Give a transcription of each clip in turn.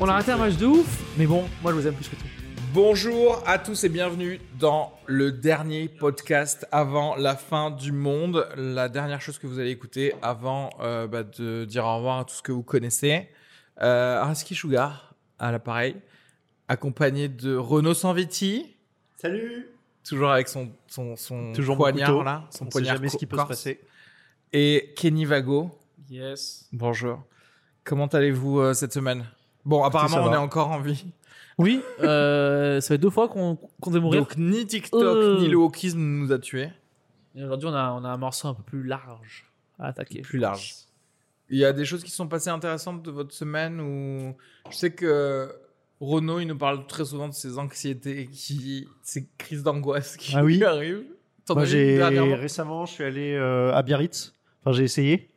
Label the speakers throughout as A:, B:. A: On a raté un match de ouf, mais bon, moi je vous aime plus que tout.
B: Bonjour à tous et bienvenue dans le dernier podcast avant la fin du monde. La dernière chose que vous allez écouter avant euh, bah, de dire au revoir à tout ce que vous connaissez. Euh, Araski Sugar à l'appareil, accompagné de Renaud Sanviti,
C: Salut
B: toujours avec son, son, son
C: Toujours mon
B: poignard
C: couteau.
B: là, son
C: On ne sait
B: poignard
C: jamais ce qui peut se
B: corse.
C: passer.
B: Et Kenny Vago,
A: Yes.
B: bonjour. Comment allez-vous euh, cette semaine Bon, apparemment
C: ça
B: on
C: va.
B: est encore en vie.
A: Oui, euh, ça fait deux fois qu'on qu'on devait mourir.
B: Donc ni TikTok
A: Euh.
B: ni le wokisme ne nous a tués.
A: Et Aujourd'hui, on a, on a un morceau un peu plus large à attaquer.
B: Plus large. Il y a des choses qui sont passées intéressantes de votre semaine ou je sais que Renaud, il nous parle très souvent de ses anxiétés, qui ces crises d'angoisse qui
C: Ah oui.
B: lui arrivent. T'en
C: Moi,
B: as eu une
C: j'ai
B: Bah, dernièrement
C: récemment, je suis allé euh, à Biarritz. Enfin, j'ai essayé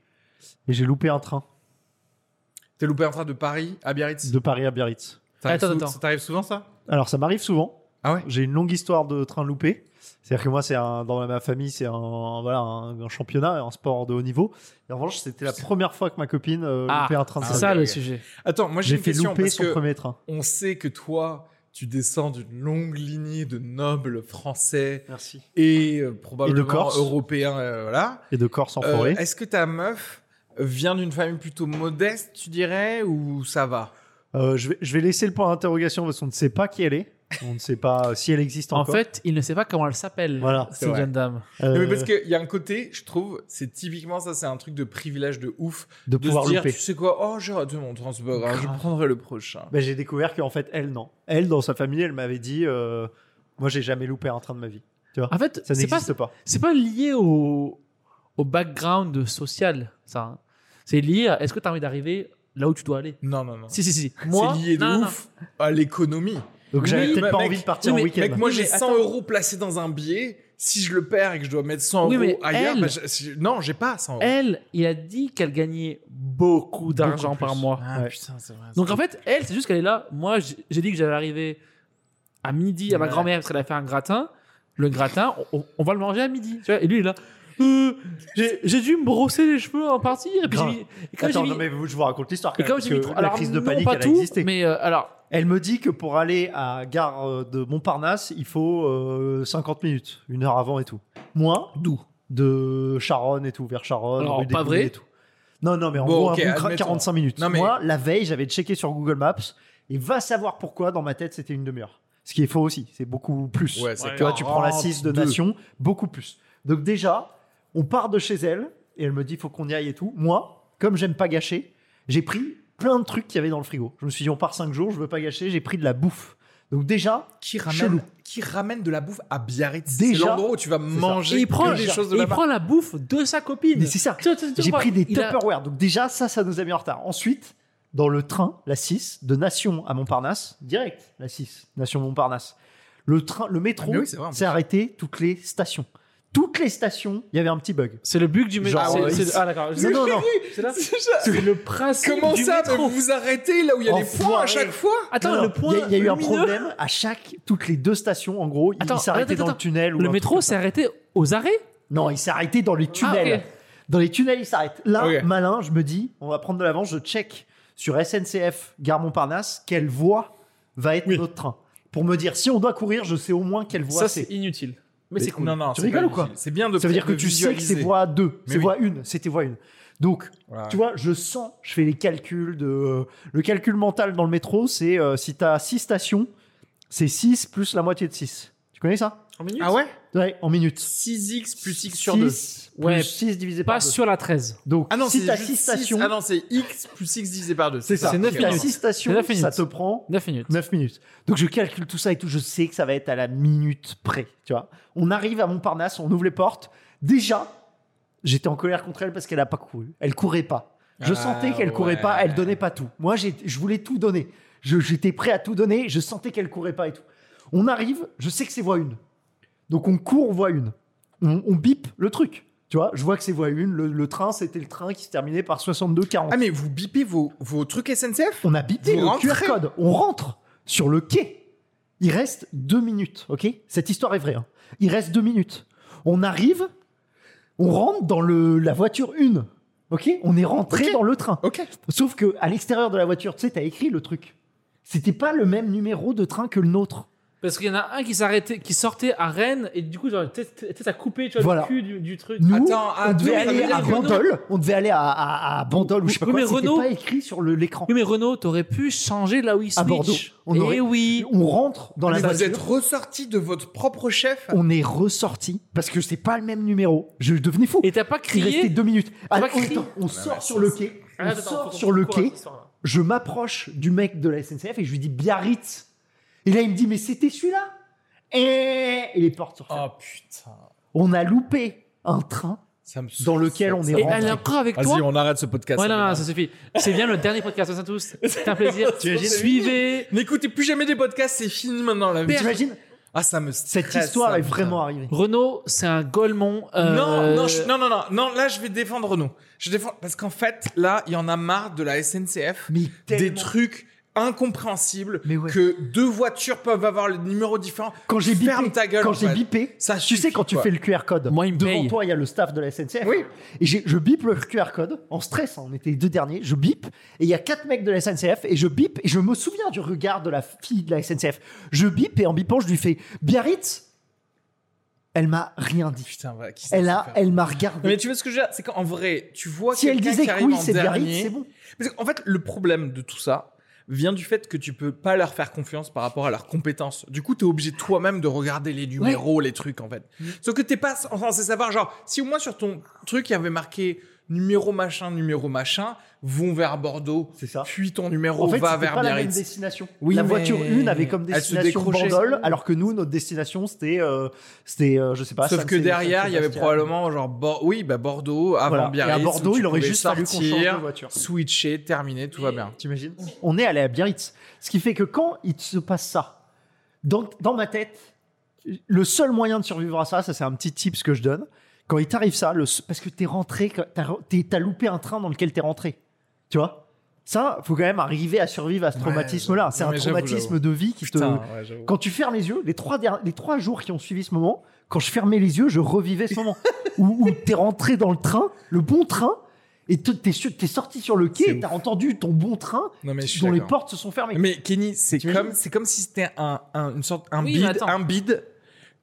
C: et j'ai loupé un train
B: T'es loupé un train de Paris à Biarritz.
C: de Paris à Biarritz.
B: T'arrives
A: Attends,
B: sou-
A: attends.
B: Ça t'arrive souvent ça
C: Alors, ça m'arrive souvent.
B: Ah ouais
C: J'ai une longue histoire de train loupé. C'est-à-dire que moi, c'est un, dans ma famille, c'est un, voilà, un, un championnat, un sport de haut niveau. Et en revanche, c'était la première fois que ma copine euh,
A: Ah,
C: loupait un train. de
A: C'est
B: Ah,
C: train.
A: ça
B: ok,
A: le
B: ok.
A: sujet.
B: Attends, moi j'ai
C: j'ai
B: une
C: fait
B: question
C: louper
B: parce
C: son
B: que
C: premier train.
B: on sait que toi, tu descends d'une longue lignée de nobles français
C: Merci.
B: et euh, probablement
C: Corse.
B: européens, euh, voilà.
C: Et de Corse en
B: Euh,
C: forêt.
B: Est-ce que ta meuf vient d'une famille plutôt modeste, tu dirais, ou ça va
C: Euh, je, vais, je vais laisser le point d'interrogation parce qu'on ne sait pas qui elle est. On ne sait pas si elle existe
A: En
C: encore.
A: fait, il ne sait pas comment elle s'appelle,
C: Voilà.
B: C'est
A: cette
B: vrai.
A: jeune dame.
C: Euh,
B: Non, mais parce qu'il y a un côté, je trouve, c'est typiquement ça, c'est un truc de privilège de ouf.
C: de
B: De
C: pouvoir
B: se dire,
C: louper.
B: tu sais quoi, oh, j'ai raté mon train, c'est pas grave, je
A: Grave.
B: prendrai le prochain.
C: Ben, j'ai découvert qu'en fait, elle, non. Elle, dans sa famille, elle m'avait dit euh, Moi, j'ai jamais loupé un train de ma vie.
A: En fait,
C: Ça
A: c'est pas,
C: n'existe pas.
A: c'est pas lié au, au background social, ça. hein. C'est lié à est-ce que tu as envie d'arriver là où tu dois aller
B: Non, non, non.
A: Si, si, si. Moi,
B: C'est lié de
A: non, non.
B: ouf à l'économie.
C: Donc,
A: Oui, bah,
C: j'avais peut-être
B: mais
C: pas
B: mec,
C: envie de
A: oui,
C: partir en
A: mais
C: week-end.
B: Mec, moi
A: Oui,
B: j'ai
A: mais
B: 100
A: attends.
B: euros placés dans un billet. Si je le perds et que je dois mettre 100
A: Oui, mais
B: euros ailleurs,
A: elle-
B: bah, je- je- non, j'ai pas 100 euros.
A: Elle, il a dit qu'elle gagnait beaucoup d'argent
C: Beaucoup plus.
A: par mois.
B: Ah
C: Ouais.
B: putain, c'est vrai.
A: Donc en fait, elle, c'est juste qu'elle est là. Moi, j- j'ai dit que j'allais arriver à midi à ma
B: Ouais.
A: grand-mère parce qu'elle a fait un gratin. Le gratin, on, on va le manger à midi. Tu vois, et lui, il est là. Euh, j'ai j'ai dû me brosser les cheveux en partie. Et, puis j'ai mis- et quand j'ai
C: Attends,
A: mis-
C: non, mais vous- je vous raconte l'histoire.
A: et
C: quand
A: comme
C: même,
A: j'ai mis
C: parce que
A: trop-
C: la
A: alors,
C: crise de
A: non,
C: panique,
A: pas
C: elle a
A: tout,
C: existé.
A: Mais euh, alors,
C: Elle me dit que pour aller à gare euh, de Montparnasse, il faut euh, 50 minutes, une heure avant et tout. Moi,
A: d'où
C: de Charonne et tout, vers Charonne,
A: Alors,
C: rue des
A: pas
C: Coulées
A: vrai.
C: et tout. Non, non, mais en
B: Bon,
C: gros,
B: ok,
C: un bon cra-
B: admettons.
C: 45 minutes.
B: Non, mais-
C: Moi, la veille, j'avais checké sur Google Maps et va savoir pourquoi, dans ma tête, c'était une demi-heure. Ce qui est faux aussi, c'est beaucoup plus.
B: Ouais, c'est
A: Ouais,
C: tu vois, tu prends la 6 de
B: 42.
C: Nation, beaucoup plus. Donc déjà, on part de chez elle et elle me dit, faut qu'on y aille et tout. Moi, comme j'aime pas gâcher, j'ai pris plein de trucs qu'il y avait dans le frigo. Je me suis dit, on part 5 jours, je veux pas gâcher, j'ai pris de la bouffe. Donc déjà,
B: qui
C: Chelou.
B: ramène, qui ramène de la bouffe à Biarritz.
C: Déjà,
B: c'est l'endroit où tu vas manger
A: Et il prend,
B: que des
A: et
B: choses de
A: il
B: là-bas.
A: prend la bouffe de sa copine.
C: mais c'est ça.
A: Tu vois, tu- tu
C: J'ai
A: vois,
C: pris des
A: il a-
C: Tupperware. Donc déjà, ça, ça nous a mis en retard. Ensuite, dans le train, la 6, de Nation à Montparnasse, direct, la 6, Nation-Montparnasse. Le, train, le métro
B: Ah, Mais oui, c'est vrai. en
C: s'est arrêté toutes les stations. Toutes les stations, il y avait un petit bug.
A: C'est le bug du métro.
C: Genre,
A: C'est-
C: euh,
A: c'est-
C: il-
A: ah d'accord.
C: Non, non, non.
A: C'est là.
B: plus. C'est ça.
A: C'est le principe
B: Comment
A: du
B: ça mais
A: métro.
B: Vous vous arrêtez là où il y a des points à
C: Enfoiré.
B: chaque fois
A: Attends,
C: Non, non,
A: le point.
C: Il y a- il y, a eu un
A: lumineux-
C: problème à chaque, toutes les deux stations, en gros.
A: Attends,
C: il s'est arrêté
A: attends,
C: dans
A: attends.
C: le tunnel. ou
A: Le
C: un
A: métro
C: truc
A: s'est arrêté aux arrêts.
C: comme ça. Non, il s'est arrêté dans les tunnels.
A: Ah, ok.
C: Dans les tunnels, il s'arrête. Là,
B: Ok.
C: malin, je me dis, on va prendre de l'avance, je check sur SNCF Gare Montparnasse quelle voie va être notre train. Pour me dire, si on doit courir, je sais au moins quelle voie
A: Ça, c'est
C: c'est.
A: inutile. Mais
C: Mais-
A: c'est cool.
B: Non, non,
C: Tu
B: c'est
C: rigoles
B: pas
C: ou quoi
B: utile. C'est bien de
C: Ça veut dire
B: de
C: que tu sais que c'est
B: visualiser.
C: voie 2,
B: Mais
C: c'est
B: oui.
C: voie 1, c'était voie 1. Donc,
B: Voilà.
C: tu vois, je sens, je fais les calculs de. euh, Le calcul mental dans le métro, c'est euh, si t'as 6 stations, c'est 6 plus la moitié de 6. Tu connais ça
D: En minutes
E: Ah ouais
C: Ouais, en minutes.
E: 6x plus x sur 2.
C: 6
A: Ouais,
C: plus 6 divisé
A: Pas
C: par 2.
A: sur la 13.
C: Donc,
E: Ah non,
C: si
E: c'est
C: t'as
E: juste
C: 6
E: six-
C: stations,
E: Ah non, c'est x plus x divisé par 2.
C: c'est ça.
A: c'est neuf
C: Si t'as
A: minutes.
C: six stations,
A: C'est neuf
C: ça
A: minutes.
C: te prend
A: 9 minutes.
C: 9 minutes. Donc je calcule tout ça et tout, je sais que ça va être à la minute près, tu vois. On arrive à Montparnasse, on ouvre les portes. Déjà, j'étais en colère contre elle parce qu'elle a pas couru. Elle courait pas. Je
B: Ah,
C: sentais qu'elle courait
B: ouais.
C: pas, elle donnait pas tout. Moi, j'ai- je voulais tout donner. Je- J'étais prêt à tout donner, je sentais qu'elle courait pas et tout. On arrive, je sais que c'est voie 1. Donc on court voie 1. On, on bip le truc. Tu vois, je vois que c'est voie 1. Le, le train, c'était le train qui se terminait par 62-40.
E: Ah mais vous bipez vos, vos trucs SNCF
C: On a bipé
E: Vous
C: le
E: rentrez.
C: QR code. On rentre sur le quai. Il reste deux minutes, ok Cette histoire est vraie. hein. Il reste deux minutes. On arrive, on rentre dans le, la voiture 1, ok On est rentré
E: Ok.
C: dans le train.
E: Ok.
C: Sauf que à l'extérieur de la voiture, tu sais, t'as écrit le truc. C'était pas le même numéro de train que le nôtre.
A: Parce qu'il y en a un qui s'arrêtait, qui sortait à Rennes et du coup, genre, t'es- t'es- t'es- t'as coupé tu vois,
C: Voilà.
A: le cul du, du truc.
C: Nous,
B: Attends, ah,
C: on
B: nous,
C: devait
B: ça veut
C: aller
B: dire
C: à
B: que nous-
C: Bandol, on devait aller à, à, à Bandol ou je sais pas
A: Oui,
C: quoi.
A: mais
C: C'était
A: Renault-
C: pas écrit sur le- l'écran.
A: Oui, mais Renault, t'aurais pu changer là où il
C: À Bordeaux.
A: switch.
C: On
A: Eh
C: aurait-
A: oui.
C: On rentre dans la
E: Mais vous
C: voiture.
E: êtes ressorti de votre propre chef
C: On est ressorti parce que c'est pas le même numéro. Je devenais fou.
A: Et t'as pas
C: Il restait
A: crié.
C: deux minutes. Ah,
A: pas
C: on,
A: crié
C: attends, on
B: la
C: sort sur le quai. On
A: Arrête, attends,
C: sort
A: faut-
C: sur le
A: faut- faut-
C: quai.
A: faut- faut- faut-
C: Je m'approche du mec de la SNCF et je lui dis Biarritz. Et là, il me dit Mais c'était celui-là Et et les portes se referment.
B: Oh putain.
C: On a loupé un train
B: Ça me
C: dans lequel on est
A: Et elle est
C: rentré.
A: encore avec toi
B: Vas-y, on arrête ce podcast.
A: Ouais, non, non, ça suffit. C'est bien le dernier podcast. Merci à tous. C'était un plaisir.
B: imagines
A: Suivez.
B: N'écoutez plus jamais des podcasts, c'est fini maintenant la vie.
C: T'imagines
B: Ah, ça me stresse.
C: Cette histoire
B: ça,
C: est
B: putain.
C: vraiment arrivée.
A: Renault, c'est un golemon. euh,
B: Non, non, je- non, non, non, non, là je vais défendre Renault. Je défends parce qu'en fait, là, il y en a marre de la SNCF,
C: Mais
B: des
C: tellement-
B: trucs incompréhensibles
C: Mais ouais.
B: que deux voitures peuvent avoir le numéro différent.
C: Quand j'ai bipé,
B: Ferme ta gueule.
C: quand
B: en
C: j'ai
B: fait.
C: bipé,
B: Ça
C: tu sais
B: suffit,
C: quand tu
B: quoi.
C: fais le QR code,
A: Moi, il me
C: devant
A: paye.
C: toi il y a le staff de la SNCF.
E: Oui.
C: Et j'ai- je bip le QR code en stress, hein, on était les deux derniers, je bip et il y a quatre mecs de la SNCF et je bip et je me souviens du regard de la fille de la SNCF. Je bip et en bipant je lui fais Biarritz. Elle m'a rien dit.
B: Putain, voilà, qui c'est
C: Elle
B: qui
C: a,
B: fait
C: elle m'a
B: Non,
C: regardé.
B: mais tu vois ce que je veux dire C'est qu'en vrai, tu vois
C: Si elle
B: quelqu'un
C: disait
B: qui
C: que
B: arrive
C: oui,
B: en
C: c'est Biarritz,
B: dernier.
C: c'est bon.
B: Parce qu'en fait, le problème de tout ça vient du fait que tu peux pas leur faire confiance par rapport à leurs compétences. Du coup, tu es obligé toi-même de regarder les numéros, les trucs en fait.
C: Mm.
B: Sauf que t'es pas censé savoir genre si au moins sur ton truc il y avait marqué numéro machin, numéro machin, vont vers Bordeaux,
C: C'est ça.
B: puis ton
C: En
B: numéro
C: fait,
B: va
C: c'était
B: vers
C: pas la même
B: Biarritz.
C: destination.
B: Oui,
C: la
B: mais
C: voiture 1 avait comme
B: elle se
C: destination
B: décrochait.
C: Bandol, alors que nous, notre destination, c'était, euh, c'était, euh, je sais pas.
B: Sauf
C: San-
B: que derrière, il y avait
C: Sébastien.
B: probablement genre Bor- oui, bah Bordeaux avant
C: Voilà.
B: Biarritz.
C: Et à Bordeaux,
B: où tu
C: il aurait
B: pouvais
C: juste fallu qu'on change de
B: sortir,
C: voiture.
B: switcher, terminer, tout va bien.
C: T'imagines On est allé à Biarritz. Ce qui fait que quand il se passe ça, dans, dans ma tête, le seul moyen de survivre à ça, ça c'est un petit tips que je donne. Quand il t'arrive ça, le, parce que t'es rentré, que t'as t'es- t'as loupé un train dans lequel t'es rentré. Tu vois Ça, faut quand même arriver à survivre à ce
B: Ouais,
C: traumatisme-là. C'est
B: non,
C: un
B: mais j'avoue,
C: traumatisme
B: j'avoue.
C: de vie qui te.
B: Putain, ouais, j'avoue.
C: Quand tu fermes les yeux, les trois, derni- les trois jours qui ont suivi ce moment, quand je fermais les yeux, je revivais ce moment. où où t'es rentré dans le train, le bon train, et te- t'es su- t'es sorti sur le
B: C'est
C: quai, et t'as entendu ton bon train
B: Non mais je suis
C: dont les
B: d'accord.
C: portes se sont fermées.
B: Mais Kenny, c'est
C: T'imagines
B: comme c'est comme si c'était un, un- une sorte un
A: Oui, mais
B: bid
A: attends.
B: un bid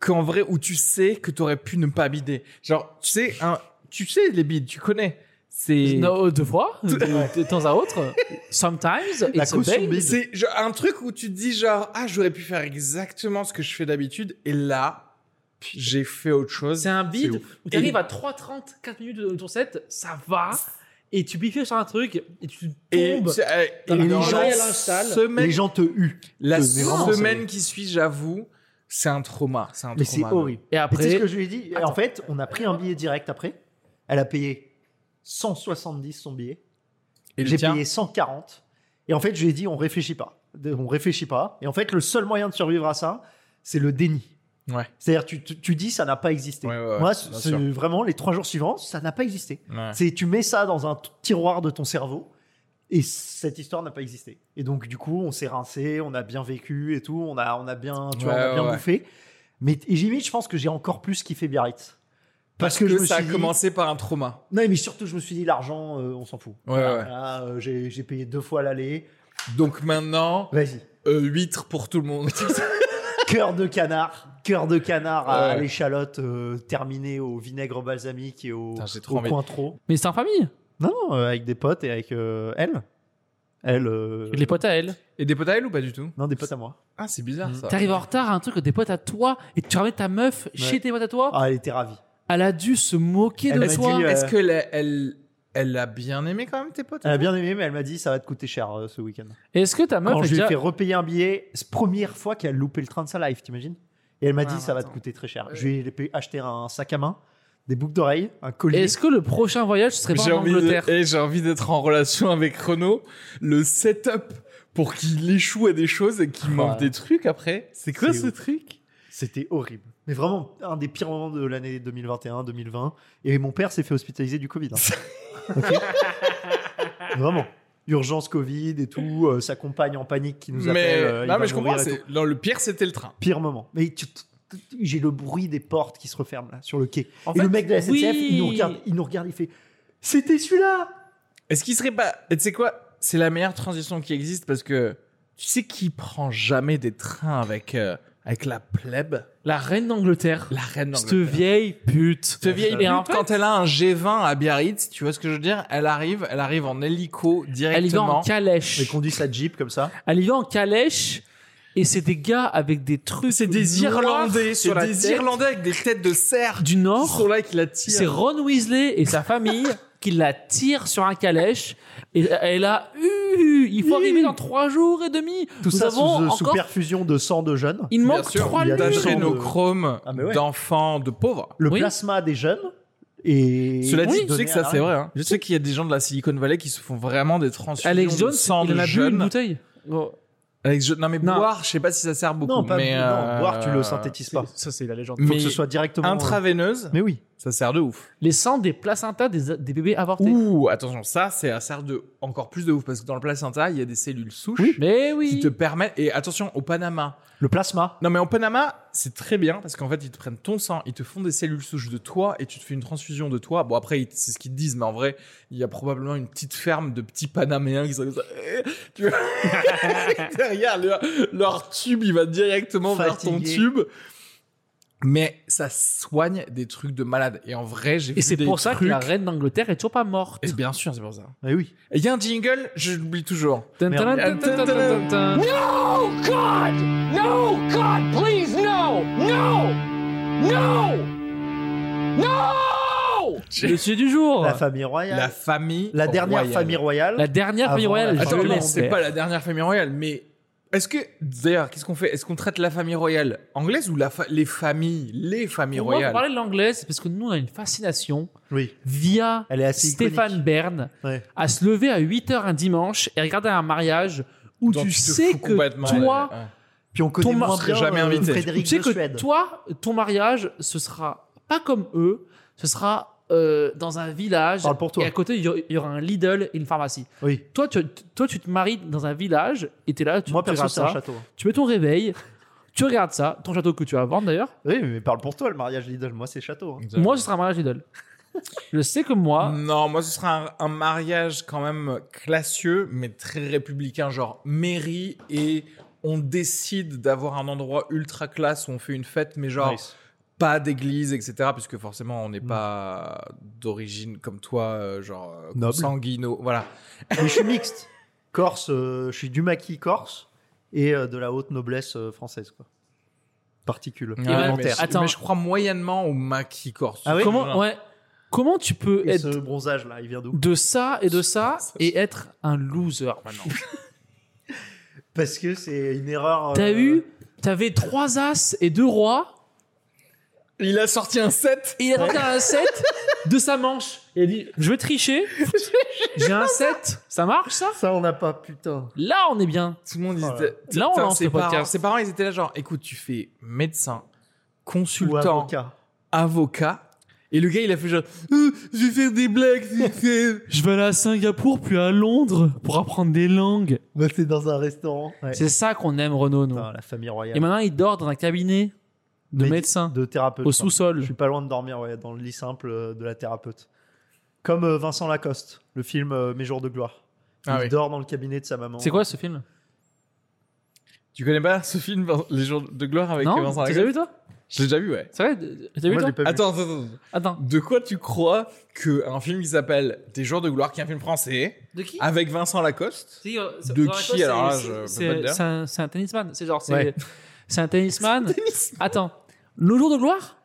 B: qu'en vrai où tu sais que t'aurais pu ne pas bider. Genre tu sais un tu sais les bides, tu connais. C'est
A: Non, deux fois, de, de temps à autre. Sometimes,
C: La
A: it's a
C: caution
A: babe.
C: bide.
B: c'est genre un truc où tu te dis genre ah j'aurais pu faire exactement ce que je fais d'habitude et là j'ai fait autre chose.
A: C'est un bid
B: ouf.
A: où t'arrives à 3h30, 4 minutes de ton set, ça va, et tu biffes sur un truc, et tu tombes.
B: Et, c'est- euh,
A: Dans
B: et
A: la
B: dans
C: linge
B: la
A: sale.
B: semaine,
C: les gens te huent.
B: la
C: Mais vraiment,
B: semaine qui suit, j'avoue, c'est un trauma, c'est un
C: Mais c'est
B: trauma.
C: horrible.
A: Et
C: Et tu sais ce
A: après,
C: que je lui ai dit Et En fait, on a pris un billet direct après. Elle a payé 170 son billet.
B: Et le
C: J'ai
B: tien
C: payé 140. Et en fait, je lui ai dit, on réfléchit pas. De- On réfléchit pas. Et en fait, le seul moyen de survivre à ça, c'est le déni.
B: Ouais.
C: C'est-à-dire, tu, tu, tu dis, ça n'a pas existé.
B: Ouais, ouais, ouais, bien
C: Moi, c'est-
B: sûr.
C: vraiment, les trois jours suivants, ça n'a pas existé.
B: Ouais.
C: C'est tu mets ça dans un t- tiroir de ton cerveau et cette histoire n'a pas existé. Et donc du coup, on s'est rincé, on a bien vécu et tout, on a on a bien tu vois,
B: Ouais,
C: on a
B: ouais,
C: bien
B: ouais.
C: bouffé. Mais et limite, je pense que j'ai encore plus kiffé Biarritz.
B: Parce
C: que
B: que,
C: je me
B: ça a
C: suis dit-
B: commencé par un trauma.
C: Non, mais surtout je me suis dit l'argent, euh, on s'en fout.
B: Ouais,
C: Voilà,
B: ouais.
C: voilà, euh, j'ai j'ai payé deux fois l'aller.
B: Donc maintenant,
C: Vas-y.
B: euh, huître pour tout le monde.
C: cœur de canard, cœur de canard à
B: Ouais.
C: l'échalote euh, terminé au vinaigre balsamique et au,
B: Putain, j'ai
C: au
B: trop envie.
C: cointreau.
A: mais c'est en famille.
C: Non, non, euh, avec des potes et avec euh, elle. Elle. euh,
A: Les potes à elle.
B: Et des potes à elle ou pas du tout
C: Non, des potes à moi.
B: Ah, c'est bizarre
A: Mhm.
B: ça.
A: T'arrives en retard à un truc que des potes à toi et tu ramènes ta meuf chez tes potes à toi.
C: Ah, elle était ravie.
A: Elle a dû se moquer
C: Elle
A: de
C: m'a
A: toi.
C: dit, euh,
B: Est-ce qu'elle a- elle, elle a bien aimé quand même tes potes
C: Elle a bien aimé, mais elle m'a dit ça va te coûter cher euh, ce week-end.
A: Est-ce que ta meuf
C: Quand
A: est
C: je lui ai
A: déjà-
C: fait repayer un billet, c'est première fois qu'elle a loupé le train de sa life, t'imagines Et elle m'a dit
E: Ah,
C: ça va te
E: attends.
C: coûter très cher.
E: Euh.
C: Je lui ai payé- acheté un sac à main, des boucles d'oreilles, un collier.
A: ah, Est-ce que le prochain voyage serait pas
B: J'ai
A: en
B: envie, de-
A: Angleterre
B: eh, j'ai envie d'être en relation avec Renaud. Le setup pour qu'il échoue à des choses et qu'il manque
C: Ouais.
B: des trucs après. C'est quoi
C: C'est
B: ce
C: ouf.
B: truc
C: C'était horrible. Mais vraiment, un des pires moments de l'année 2021-2020. Et mon père s'est fait hospitaliser du Covid. hein. Ok vraiment. Urgence Covid et tout, euh, sa compagne en panique qui nous
B: Mais
C: appelle. euh, il
B: non,
C: va
B: mais je
C: mourir
B: comprends.
C: et tout.
B: c'est- Non, le pire c'était le train.
C: Pire moment. Mais tu- tu- tu- j'ai le bruit des portes qui se referment là, sur le quai.
B: En
C: et
B: fait,
C: le mec de la SNCF,
A: oui.
C: il, nous regarde, il nous regarde, il fait C'était celui-là
B: Est-ce qu'il serait pas Et Tu sais quoi C'est la meilleure transition qui existe parce que tu sais qui prend jamais des trains avec euh, avec la plèbe,
A: La reine d'Angleterre.
B: la reine
A: Cette
B: d'Angleterre.
A: vieille pute.
B: Cette vieille
A: Et
B: pute,
A: en fait,
B: quand elle a un G20 à Biarritz, tu vois ce que je veux dire Elle arrive, elle arrive en hélico
A: elle y va en
B: directement.
C: Mais
A: calèche.
C: conduit sa Jeep comme ça.
A: Elle y va en calèche. Et c'est des gars avec des trucs.
B: C'est des
A: noirs
B: Irlandais
A: sur
B: sur
A: la
B: des
A: tête.
B: Irlandais avec des têtes de cerf qui
A: du
B: sont
A: Nord.
B: là et qui la tirent.
A: C'est Ron Weasley et sa famille qui la tirent sur un calèche. Et elle a eu. Il faut arriver dans trois jours et demi.
C: Tout
A: Nous
C: ça sous,
A: avons
C: euh, sous
A: encore-
C: perfusion de sang de jeunes.
A: Il
B: Bien
A: manque
B: sûr,
A: trois
C: il y a
A: lunes.
C: des gens-
B: d'adrénochrome,
C: Ah, mais ouais.
B: d'enfants, de pauvres.
C: Le
A: Oui.
C: plasma des jeunes. Et
B: Cela dit,
A: Oui,
B: tu sais que ça c'est vrai. hein. Je sais qu'il y a des gens de la Silicon Valley qui se font vraiment des transfusions
A: Alex
B: de
A: Jones,
B: sang
A: il
B: de
A: en a bu une
B: jeunes. Oh.
A: bouteille. Bon.
B: Alex Jones- non mais
A: Non.
B: boire, je sais pas si ça sert beaucoup.
C: Non, pas
B: mais,
C: non,
B: euh,
C: boire, tu le synthétises pas.
A: Ça, c'est la légende.
C: Faut
B: Mais
C: que ce soit directement. euh,
B: intraveineuse,
C: Mais oui.
B: ça sert de ouf.
A: Les sangs des placentas des, des bébés avortés.
B: Ouh, attention, ça c'est ça sert de encore plus de ouf parce que dans le placenta il y a des cellules souches
A: Mais
B: qui
A: oui.
B: te permettent. Et attention, au Panama,
C: Le plasma.
B: Non, mais au Panama, c'est très bien parce qu'en fait, ils te prennent ton sang, ils te font des cellules souches de toi et tu te fais une transfusion de toi. Bon, après, ils- c'est ce qu'ils te disent, mais en vrai, il y a probablement une petite ferme de petits Panaméens qui sont comme ça. Eh, Tu vois Derrière, leur, leur tube, il va directement vers ton
C: Fatigué.
B: tube. Mais ça soigne des trucs de malade. Et en vrai, j'ai vu
A: Et c'est
B: des
A: pour ça que
B: trucs-
A: la reine d'Angleterre est toujours pas morte.
B: Et bien sûr, c'est pour ça.
C: Mais oui.
B: Et Il y a un jingle, je l'oublie toujours.
A: Dun, dun, dun,
B: Merde.
A: dun, dun, dun, dun, dun. Le sujet du jour.
C: La famille royale.
B: La
C: euh, La,
B: famille.
C: dernière
B: royale.
C: famille royale.
A: La dernière famille
C: Avant la
A: royale.
C: famille
A: je
B: Attends,
C: royale.
B: non,
A: laisse
B: c'est
A: faire.
B: pas la dernière famille royale, mais est-ce que d'ailleurs, qu'est-ce qu'on fait Est-ce qu'on traite la famille royale anglaise ou la fa- les familles, les familles
A: Pour moi, pour
B: royales
A: parler de l'anglais, c'est parce que nous, on a une fascination
C: Oui.
A: via
C: Elle est assez
A: Stéphane
C: iconique.
A: Bern
C: Ouais.
A: à se lever à 8h un dimanche et regarder un mariage où
B: dont
A: tu
B: te
A: sais
B: fous
A: que
B: complètement,
A: toi,
B: ouais, ouais.
C: Puis on
B: Ton
C: connaît
B: mari
C: moins
B: serait
C: bien
B: jamais
C: euh,
B: invité.
A: tu
C: Frédéric
A: sais
C: de
A: que
C: Suède.
A: toi, ton mariage, ce sera pas comme eux, ce sera euh, dans un village.
C: Parle pour toi.
A: Et à côté, il y aura- il y aura un Lidl et une pharmacie.
C: Oui.
A: Toi, tu, toi, tu te maries dans un village et t'es là, tu,
C: Moi
A: tu
C: perso
A: regardes
C: c'est un
A: ça,
C: château. hein.
A: tu mets ton réveil, tu regardes ça, ton château que tu vas vendre d'ailleurs.
C: Oui, mais parle pour toi le mariage Lidl. Moi c'est château. hein.
B: Exact.
A: Moi, ce sera un mariage Lidl. Je sais que moi,
B: non, moi ce sera un, un mariage quand même classieux, mais très républicain, genre mairie et on décide d'avoir un endroit ultra classe où on fait une fête, mais genre
C: Nice.
B: pas d'église, etc. Puisque forcément, on n'est pas d'origine comme toi, euh, genre euh,
C: Noble.
B: sanguino. Voilà.
C: Mais je suis mixte. Corse, euh, je suis du maquis corse et euh, de la haute noblesse euh, française quoi. Particule.
B: Ouais, mais,
C: Élémentaire.
B: je-
A: Attends.
B: mais je crois moyennement au maquis corse.
C: Ah oui
A: comment, ouais, comment tu peux
C: Et
A: être
C: ce bronzage là, il vient d'où
A: de ça et de ça et être un loser maintenant
C: Parce que c'est une erreur. euh,
A: T'as eu, t'avais trois as et deux rois
B: Il a sorti un 7
A: Et il a tenté un 7 de sa manche. Il a dit Je vais tricher. J'ai un 7. Ça marche, ça
C: Ça on n'a pas putain.
A: Là, on est bien.
B: Tout le monde
C: Voilà.
B: était...
A: Là, on
B: Putain,
A: lance
B: ses
A: le podcast.
B: parents- Ses parents, ils étaient là genre, écoute, tu fais médecin,
C: Ou
B: consultant, avocat.
C: avocat.
B: Et le gars, il a fait genre, Euh, je vais faire des blagues. c'est- c'est-
A: Je vais aller à Singapour, puis à Londres pour apprendre des langues.
C: Bah, t'es dans un restaurant. Ouais.
A: C'est ça qu'on aime, Renaud, nous.
C: Putain, la famille
A: Et
C: royale.
A: maintenant, il dort dans un cabinet de
C: Médi-
A: médecin
C: De thérapeute.
A: au
C: pardon. Je
A: sous-sol.
C: suis pas loin de dormir ouais, dans le lit simple euh, de la thérapeute. Comme euh, Vincent Lacoste, le film euh, Mes jours de gloire. Il
B: Ah oui.
C: dort dans le cabinet de sa maman.
A: C'est quoi ce film
B: Tu connais pas ce film, Les jours de gloire avec
A: Non
B: Vincent
A: T'as
B: Lacoste
A: vu, toi
B: Je l'ai déjà vu, ouais.
A: C'est vrai de- T'as vu
C: Moi, je
A: toi
C: l'ai pas vu.
B: Attends, attends, attends.
A: Attends.
B: De quoi tu crois qu'un film qui s'appelle Des jours de gloire, qui est un film français,
A: De qui
B: avec Vincent Lacoste, de qui, alors là, je peux pas te
A: C'est
B: dire.
A: c'est un, c'est un tennisman. C'est genre, c'est
C: Ouais.
A: c'est un tennisman. Attends. Nos jours de gloire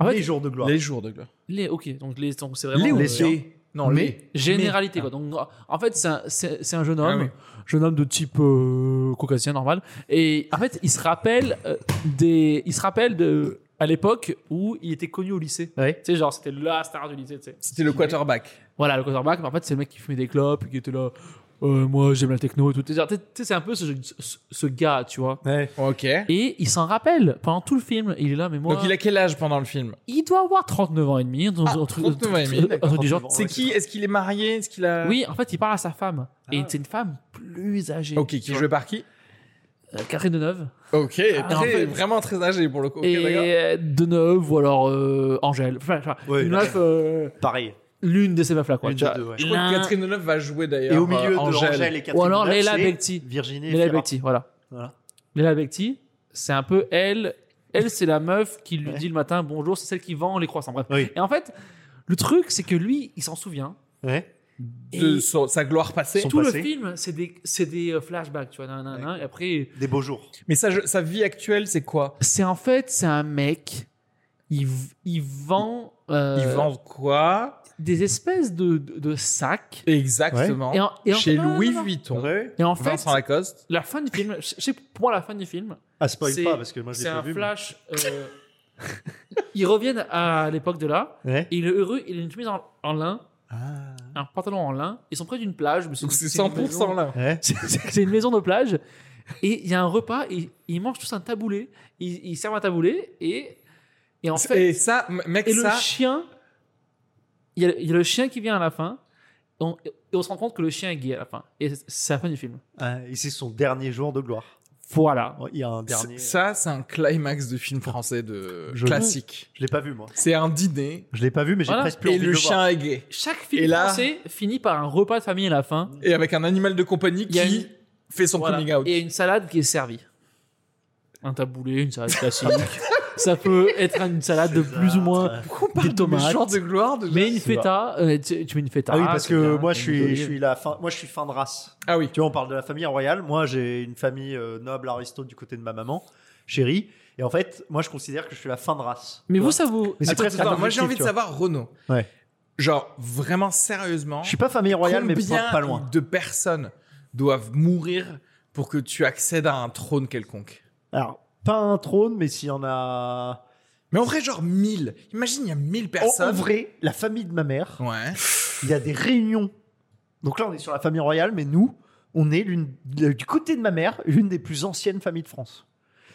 A: En fait,
C: les jours de gloire.
B: Les jours de gloire.
A: les- ok, donc les, donc c'est vraiment.
C: Les ou
A: euh,
C: les siens
B: Non,
C: Mais-
B: les.
A: Généralité, quoi. Donc, en fait, c'est un, c'est- c'est un jeune
B: Ah
A: homme,
B: oui.
A: jeune homme de type euh, caucasien normal. Et en fait, il se rappelle euh, des, il se rappelle de, à l'époque où il était connu au lycée.
C: Ouais.
A: Tu sais, genre, c'était la star du lycée, tu sais.
B: C'était le quarterback.
A: Voilà, le quarterback, mais en fait, c'est le mec qui fumait des clopes, qui était là, euh, moi, j'aime la techno et tout. Tu sais, tu sais, c'est un peu ce, ce- ce gars, tu vois.
C: Ouais.
B: Ok.
A: Et il s'en rappelle pendant tout le film. Il est là, mais moi,
B: Donc il a quel âge pendant le film
A: il doit avoir 39 ans et demi. un truc-
B: Ah,
A: un truc-
B: 39 ans et demi,
A: un truc
C: d'accord,
A: du genre.
C: 39 ans.
B: C'est
C: ouais,
B: qui Est-ce qu'il est marié Est-ce qu'il a.
A: Oui, en fait, il parle à sa femme. Et
C: Ah.
A: c'est une femme plus âgée.
B: Ok, qui est joué par qui
A: Euh, Catherine Deneuve.
B: Ok,
A: Ah, en
B: très-
A: fait-
B: vraiment très âgé pour le coup. Ok, d'accord.
A: et euh, Deneuve ou alors euh, Angèle. Enfin, enfin,
C: Ouais,
A: une
C: d'accord.
A: meuf, euh,
C: Pareil.
A: l'une de ces meufs-là, quoi.
C: Une
A: Tu
C: des
A: vois.
C: deux, ouais.
B: Je crois
A: L'un-
B: que Catherine Deneuve va jouer d'ailleurs.
C: Et au milieu
B: euh,
C: de Angèle et Catherine
A: Ou alors
C: Deneuve,
A: Leila
C: c'est
A: Bekti.
C: Virginie
A: Léla
C: Fira.
A: Bekti, voilà.
C: Voilà.
A: Léla Bekti, c'est un peu elle. Elle, c'est la meuf qui lui
C: Ouais.
A: dit le matin bonjour, c'est celle qui vend les croissants. Bref.
C: Oui.
A: Et en fait, le truc, c'est que lui, il s'en souvient.
C: Ouais.
B: de
A: Et
B: son- sa gloire passée.
C: Son-
A: tout
C: passé.
A: le film, c'est des, c'est des euh, flashbacks, tu vois. nan, nan, nan. et après,
C: Des beaux jours.
B: Mais sa, sa vie actuelle, c'est quoi
A: c'est en fait, c'est un mec, il, v- il vend. euh,
B: Ils vendent quoi
A: des espèces de, de, de sacs.
B: Exactement.
A: Et en- et en-
B: Chez
A: non, non, non,
B: Louis
A: non.
B: Vuitton.
A: Et en fait,
B: Vincent Lacoste.
A: la fin du film, je je sais pour moi la fin du film,
C: Ah, spoil
A: C'est-
C: pas parce que moi je l'ai
A: c'est
C: pas
A: un
C: vu. mais-
A: flash. euh, ils reviennent à l'époque de là.
C: Ouais.
A: Et il est heureux, il a une chemise en, en lin,
C: Ah.
A: un pantalon en lin. Ils sont près d'une plage. mais
B: Donc c'est
A: une maison-
B: 100% là.
C: Ouais.
A: C'est c'est une maison de plage. Et il y a un repas. Et ils mangent tous un taboulé. Ils, ils servent un taboulé. Et, et en fait,
B: Et ça, m- mec,
A: Et le
B: ça.
A: chien, il y, a, il y a le chien qui vient à la fin. Et on, et on se rend compte que le chien est gay à la fin. Et c'est- c'est la fin du film.
C: Ah, et c'est son dernier jour de gloire.
A: Voilà.
C: Il y a un dernier.
B: Ça, c'est un climax de film français de
C: Je-
B: classique.
C: Je l'ai pas vu moi.
B: C'est un dîner
C: Je l'ai pas vu, mais j'ai
A: Voilà.
C: presque plus
B: et
C: envie de
B: le
C: le voir.
B: chien est gay.
A: Chaque film
B: Et là-
A: français finit par un repas de famille à la fin.
B: Et avec un animal de compagnie
A: Il y a
B: qui
A: une-
B: fait son
A: Voilà.
B: coming out.
A: Et une salade qui est servie. Un taboulé, une salade classique. Ça peut être une salade de plus ou moins.
B: Pourquoi on
A: des tomates.
B: genre de gloire déjà
A: Mais une
C: c'est
A: feta, euh, tu, tu mets une feta.
C: Ah oui, parce
A: c'est
C: que
A: bien,
C: moi
A: t'as
C: je
A: une
C: suis,
A: olive.
C: je suis la fin, moi je suis fin de race.
B: Ah oui.
C: Tu vois, on parle de la famille royale. Moi, j'ai une famille euh, noble aristo du côté de ma maman, chérie. Et en fait, moi, je considère que je suis la fin de race.
A: Mais vous, ça vous.
C: Mais c'est
B: Attends,
C: presque
B: attends,
C: un
B: moi j'ai
C: objectif,
B: envie
C: tu
B: de
C: vois.
B: savoir Renault.
C: Ouais.
B: Genre vraiment sérieusement.
C: Je suis pas famille royale, mais
B: combien
C: pas, pas loin.
B: de personnes doivent mourir pour que tu accèdes à un trône quelconque
C: Alors, pas un trône, mais s'il y en a.
B: Mais en vrai, genre 1000. Imagine, il y a 1000
C: Oh, En, en
B: personnes.
C: vrai, la famille de ma mère,
B: ouais.
C: il y a des réunions. Donc là, on est sur la famille royale, mais nous, on est l'une le- du côté de ma mère, l'une des plus anciennes familles de France.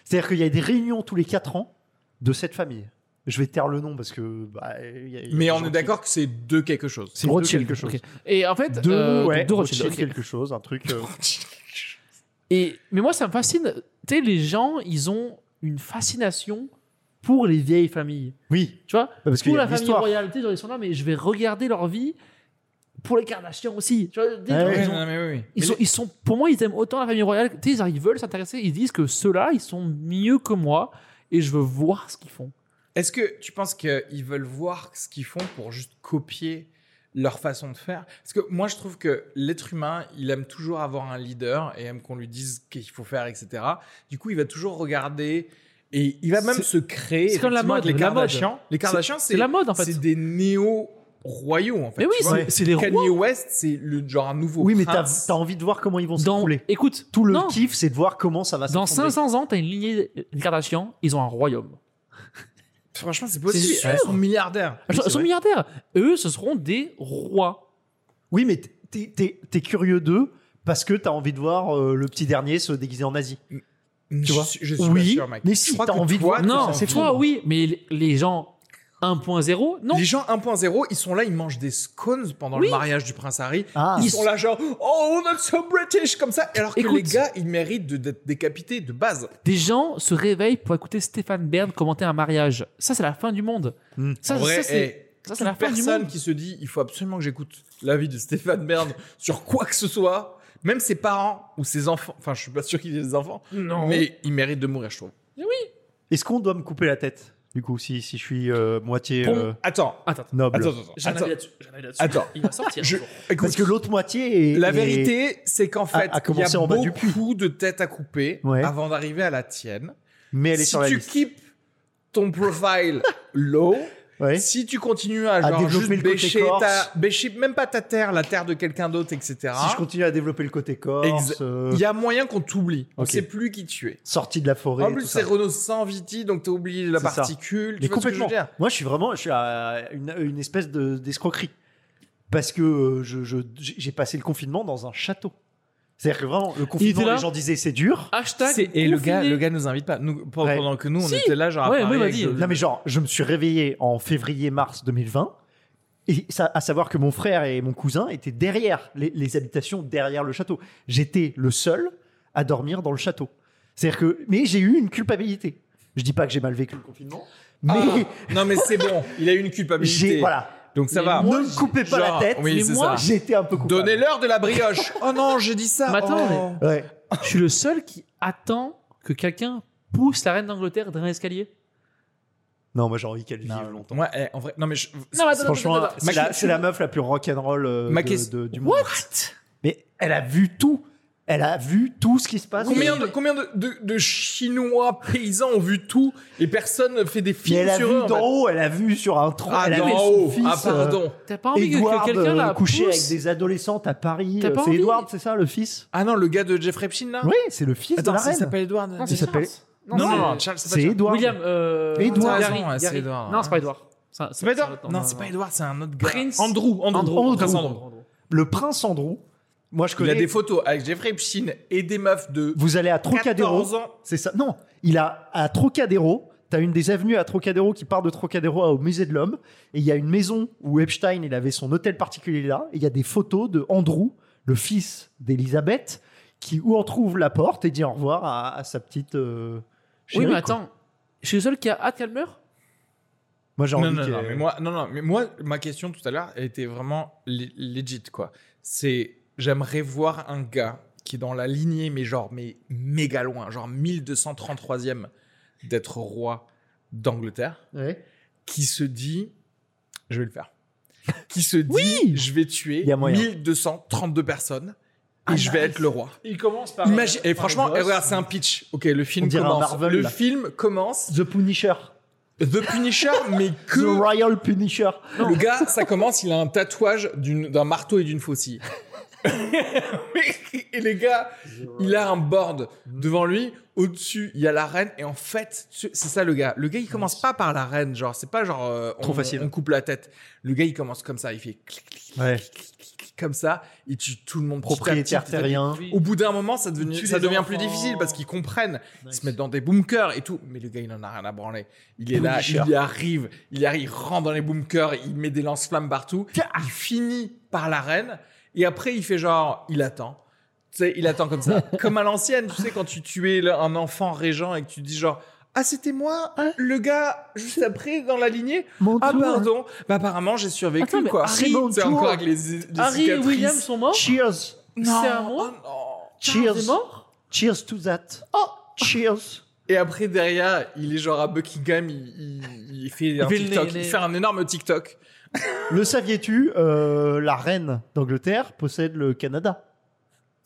C: C'est-à-dire qu'il y a des réunions tous les 4 ans de cette famille. Je vais taire le nom parce que. bah, il y a- il y a
B: Mais
C: des
B: on
C: gens
B: est
C: qui-
B: d'accord que c'est deux quelque chose.
C: C'est deux
A: Rothschild,
C: quelque chose.
A: ok. Et en fait,
C: Deux,
A: euh,
C: ouais,
A: deux
C: Rothschild,
A: Rothschild, ok.
C: quelque chose, un truc. euh,
A: Et, mais moi, ça me fascine. Tu sais, les gens, ils ont une fascination pour les vieilles familles.
C: Oui,
A: Tu vois
C: parce qu'il
A: Pour
C: y
A: la
C: a de
A: famille
C: l'histoire.
A: royale, tu sais, genre, ils sont là, mais je vais regarder leur vie. Pour les Kardashians aussi. Tu vois, tu sais,
C: Ah
A: genre,
C: ouais,
A: ils,
B: non,
A: ont-
B: non, mais oui, oui.
A: ils
B: Mais
A: sont, ils sont- pour moi, ils aiment autant la famille royale. Tu sais, ils, ils veulent s'intéresser. Ils disent que ceux-là, ils sont mieux que moi et je veux voir ce qu'ils font.
B: Est-ce que tu penses qu'ils veulent voir ce qu'ils font pour juste copier leur façon de faire Parce que moi, je trouve que l'être humain, il aime toujours avoir un leader et aime qu'on lui dise ce qu'il faut faire, etc. Du coup, il va toujours regarder et il va même
A: C'est-
B: se créer.
A: c'est comme la
B: effectivement,
A: mode,
B: avec Les
A: la mode.
B: Kardashians, les Kardashians, c'est
A: C'est la mode, en fait.
B: c'est des néo-royaux, en fait.
A: Mais oui,
B: tu vois.
C: vois,
A: c'est- c'est les rois.
B: Kanye West, c'est le genre un nouveau
C: Oui, mais
B: prince.
C: t'as t'as envie de voir comment ils vont
A: Dans,
C: s'écrouler.
A: écoute,
C: Tout le
A: non,
C: kiff, c'est de voir comment ça va
A: dans
C: s'effondrer.
A: 500 ans, t'as une lignée de Kardashians, ils ont un royaume.
B: Franchement, c'est possible.
A: sûr.
B: Ils sont milliardaires.
A: Ils
C: c'est
A: sont- ils sont
C: vrai.
A: milliardaires. Eux, ce seront des rois.
C: Oui, mais t'es- t'es t'es- t'es curieux d'eux parce que t'as envie de voir euh, le petit dernier se déguiser en Asie.
B: Je
C: vois.
B: suis- Je suis
C: Oui,
B: pas sûr, mec.
C: mais
B: Je
C: si,
B: crois
C: t'as
B: que
C: envie de
B: toi,
C: voir
B: t'as
A: Non,
C: ça,
B: envie
A: c'est
B: de
A: toi, oui, mais les- les gens 1.0, non.
B: Les gens 1.0, ils sont là, ils mangent des scones pendant
A: Oui.
B: le mariage du prince Harry.
C: Ah,
B: Ils sont là genre oh that's so British comme ça. Alors que
A: Écoute.
B: les gars, ils méritent de- d'être décapités de base.
A: Des gens se réveillent pour écouter Stéphane Bern commenter un mariage. Ça, c'est la fin du monde.
C: Hmm.
A: Ça,
B: en vrai,
A: ça, c'est
B: eh,
A: ça, c'est
B: toute
A: la fin du
B: personne
A: monde.
B: qui se dit il faut absolument que j'écoute l'avis de Stéphane Bern sur quoi que ce soit, même ses parents ou ses enfants. Enfin, je suis pas sûr qu'il ait des enfants,
A: Non. Eh
B: mais ils méritent de mourir, je trouve.
C: Est-ce qu'on doit me couper la tête Du coup, si, si je suis euh, moitié
A: Pour-
C: euh,
E: Attends,
A: Attends, attends.
C: noble.
E: attends, attends.
A: J'en
E: attends.
A: avais là-dessus. j'en avais là-dessus.
E: Attends.
A: Il va sortir. un
E: Je-
A: jour.
C: Parce que l'autre moitié est.
E: La
C: est-
E: vérité, c'est qu'en fait,
C: a-
E: il
C: a
E: y
C: commencé
E: a
C: en bas du
E: beaucoup de têtes à couper
C: Ouais.
E: avant d'arriver à la tienne.
C: Mais elle est
E: si
C: sur la
E: tu
C: liste.
E: keep ton profile low,
C: Ouais.
E: si tu continues à, genre
C: développer
E: juste
C: le côté
E: bêcher,
C: corse.
E: ta, bêcher même pas ta terre, la terre de quelqu'un d'autre, etc.
C: Si je continue à développer le côté corse,
E: Exa-
C: euh,
E: Il y a moyen qu'on t'oublie. On
C: Ok.
E: sait plus qui tu es.
C: sortie de la forêt.
E: en plus,
C: tout
E: c'est
C: ça.
E: Renault sans Viti, donc t'as oublié la
C: C'est ça.
E: particule. Tu
C: Mais
E: vois ce que je veux
C: complètement.
E: dire
C: Moi, je suis vraiment, je suis à une, une espèce de- d'escroquerie. parce que euh, je- je- j'ai j'ai passé le confinement dans un château. C'est-à-dire que vraiment, le
A: était
C: confinement,
A: là
C: les gens disaient c'est dur.
A: Hashtag.
B: C'est- Et le gars,
A: confiné.
B: le gars nous invite pas. Nous, pendant
C: Ouais.
B: que nous, on
A: Si.
B: était là, genre à
A: Ouais,
B: Paris
A: moi, il m'a
B: avec
A: dit.
B: de-
C: Non, mais genre, je me suis réveillé en février-mars 2020. Et ça, à savoir que mon frère et mon cousin étaient derrière les, les habitations, derrière le château. J'étais le seul à dormir dans le château. C'est-à-dire que, mais j'ai eu une culpabilité. Je dis pas que j'ai mal vécu le confinement, mais
E: Ah, non, mais c'est bon. Il a eu une
C: j'ai,
E: culpabilité.
C: voilà.
B: Donc ça
A: Mais
B: va.
A: moi,
C: ne me coupez pas
B: Ah, genre,
C: la tête.
B: oui,
C: mais
B: c'est
C: moi,
B: ça.
C: j'étais un peu coupable.
E: Donnez-leur de la brioche. oh non, j'ai dit ça.
A: Mais attends,
E: Oh.
C: Ouais.
A: Je suis le seul qui attend que quelqu'un pousse la reine d'Angleterre dans l'escalier.
C: Non, moi j'ai envie qu'elle vive
B: Non,
C: longtemps.
B: ouais, eh, en vrai, non mais je-
A: Non, attends,
C: Franchement,
A: attends,
C: c'est
B: Ma
C: la,
B: question-
C: c'est la meuf la plus rock'n'roll euh,
B: Ma
C: de-
B: question-
C: de- du monde. Mais elle a vu tout. Elle a vu tout ce qui se passe.
E: Combien, de, combien de, de- de Chinois paysans ont vu tout et personne ne fait des
C: Mais
E: films
C: elle a
E: sur
C: vu
E: eux en
C: d'en
E: fait.
C: haut, elle a vu sur un tronc,
E: Ah,
C: elle a
E: d'en
C: vu
E: haut.
C: son fils. euh,
E: ah, pardon.
A: T'as pas envie
C: Edward,
A: Oh,
C: euh,
A: que quelqu'un la
C: couché
A: pousse
C: avec des adolescentes à Paris.
A: T'as
C: Euh,
A: pas
C: C'est
A: envie Ah.
C: Edward, c'est ça, le fils
E: Ah non, le gars de Jeffrey Epstein là
C: Oui, c'est le fils
E: Attends,
C: de la
E: ça
C: reine.
E: s'appelle Edward.
A: Non,
C: Il
A: c'est
C: s'appelle-
A: Charles.
E: Non,
C: non,
E: non,
C: non,
E: non, Charles, c'est
C: C'est
E: pas Charles.
C: Edward.
A: William. euh,
C: Edward.
A: Harry,
B: Ouais, c'est
A: Harry.
B: Edward,
A: Non,
B: hein.
A: c'est pas Edward. Ça-
E: C'est pas Edward.
A: ça-
B: Non, c'est pas Edward, c'est un autre gars.
A: Prince-
E: Andrew, Andrew.
C: Andrew.
E: Prince Andrew.
C: Le prince Andrew. Moi, je
E: Il
C: connais.
E: a des photos avec Jeffrey Epstein et des meufs de
C: Vous allez à Trocadéro.
E: 14 ans.
C: C'est ça. Non, il a à Trocadéro. T'as une des avenues à Trocadéro qui part de Trocadéro au musée de l'homme. Et il y a une maison où Epstein, il avait son hôtel particulier là. Et il y a des photos de Andrew, le fils d'Elisabeth, qui où en trouve la porte et dit au revoir à, à sa petite. euh,
A: Oui,
C: chérie,
A: mais
C: quoi.
A: attends. Je suis le seul qui a hâte qu'elle meure
C: Moi, j'ai
B: Non,
C: envie
B: non,
C: qu'elle-
B: non, mais moi, non, non, mais moi, ma question tout à l'heure, elle était vraiment le- legit, quoi. C'est, j'aimerais voir un gars qui est dans la lignée, mais genre, mais méga loin, genre 1233e d'être roi d'Angleterre,
C: Ouais.
B: qui se dit, je vais le faire. Qui se dit, je vais tuer
C: Il y a moyen.
B: 1232 personnes et
C: Ah,
B: je vais être le roi.
A: Il commence par.
B: Imagine, et franchement, eh, regarde, c'est un pitch. Ok, le
C: On
B: film
C: dirait un
B: commence.
C: Marvel,
B: le
C: là.
B: film commence.
C: The Punisher.
B: The Punisher, mais que.
C: The Royal Punisher.
B: Le gars, ça commence, il a un tatouage d'une- d'un marteau et d'une faucille. et les gars, il a un board devant lui. Au-dessus, il y a la reine. Et en fait, c'est ça le gars. Le gars, il commence pas par la reine. Genre, c'est pas genre euh, on,
C: Trop facile.
B: on coupe la tête. Le gars, il commence comme ça. Il fait clic, clic,
C: Ouais.
B: clic, clic, clic, comme ça. Il tue tout le monde. petit à petit,
C: Propriétaire
B: petit à petit.
C: terrien.
B: Au bout d'un moment, ça, devenu-
C: tue
B: ça
C: les
B: devient plus
C: enfants.
B: difficile parce qu'ils comprennent. Ils
C: Nice.
B: se mettent dans des bunkers et tout. Mais le gars, il en a rien à branler. Il est là,
C: Punisher.
B: il y arrive, il y arrive, il rentre dans les bunkers, il met des lance-flammes partout. Il finit par la reine. Et après, il fait genre, il attend. Tu sais, il attend comme ça. comme à l'ancienne, tu sais, quand tu tuais le- un enfant régent et que tu dis genre, ah, c'était moi,
A: Hein
B: le gars juste après dans la lignée.
C: Mon
B: Ah,
C: tour.
B: pardon. Bah, apparemment, j'ai survécu,
A: Attends, mais
B: quoi.
A: Harry,
B: C'est
C: mon tour.
B: encore avec les, les
A: Harry et
B: cicatrices.
A: William sont morts.
C: Cheers.
B: Non,
A: C'est à moi
B: oh non.
C: Cheers.
A: Charles est mort.
C: Cheers to that. Oh. Cheers.
B: Et après, derrière, il est genre à Buckingham, il, il- il fait un
A: fait le
B: TikTok.
A: nez, nez.
B: Il fait un énorme TikTok.
C: Le saviez-tu, euh, la reine d'Angleterre possède le Canada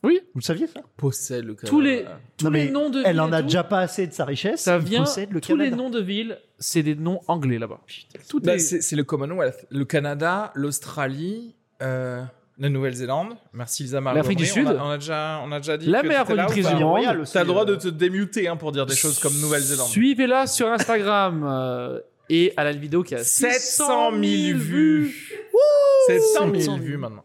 A: Oui.
C: Vous le saviez ça
B: Possède le
A: Tous les-
B: Canada.
A: Tous
C: Non,
A: les
C: mais
A: noms de villes
C: Elle en
A: et
C: a
A: tout,
C: déjà pas assez de sa richesse.
A: Ça
C: il
A: vient.
C: possède le
A: Tous les
C: Canada.
A: noms de villes, c'est des noms anglais là-bas. Tout
B: Bah,
A: est-
B: c'est c'est le Commonwealth. Le Canada, l'Australie, euh, la Nouvelle-Zélande. Merci Lisa Marie.
A: L'Afrique du
B: Aubry. On
A: Sud.
B: a- On a, déjà, on a déjà dit.
A: La
B: que
A: meilleure
B: t'étais là ou
A: auditrice
B: pas
A: du monde.
C: Royal aussi,
B: T'as le droit de
C: euh.
B: te démuter hein, pour dire des choses comme Nouvelle-Zélande.
A: Suivez-la sur Instagram euh, et à la vidéo qui a
B: 700 000 vues. 700 000 vues maintenant.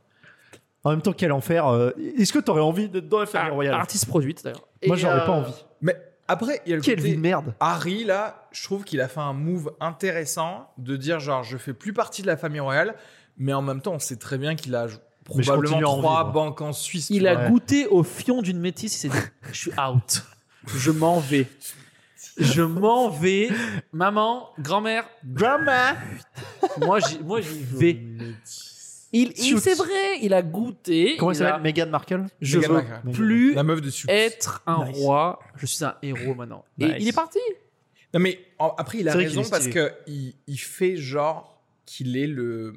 C: En même temps, quel enfer. euh, Est-ce que t'aurais envie d'être dans la famille
B: Ah,
A: Ar-
C: royale
A: Artiste produite d'ailleurs.
C: Ah, Moi,
A: Et,
C: j'aurais
A: euh,
C: pas envie.
B: Mais après, il y a le
C: Quelle
B: côté-
C: vie de merde.
B: Harry, là, je trouve qu'il a fait un move intéressant de dire genre, je fais plus partie de la famille royale, mais en même temps, on sait très bien qu'il a
C: Mais je
B: probablement
C: continue à en
B: trois
C: vivre.
B: banques en Suisse. tu
A: Il
B: vois.
A: a
C: Ouais.
A: goûté au fion d'une métisse. Il s'est dit Je suis out. Je m'en vais. Je m'en vais. Maman, grand-mère,
C: Grandma
A: moi j'y moi, j'y vais. Il, il-
C: Shoot.
A: c'est vrai, il a goûté.
C: Comment
A: il
C: ça
A: a-
C: s'appelle Meghan Markle
A: Je
B: Meghan
A: veux
B: Markle.
A: plus
B: La meuf de Suisse.
A: être un
C: Nice.
A: roi. Je suis un héros maintenant. Et
C: Nice.
A: il est parti.
B: Non, mais en- après, il a
C: C'est vrai qu'il
B: raison
C: est
B: parce
C: stylé.
B: que il, il fait genre qu'il est le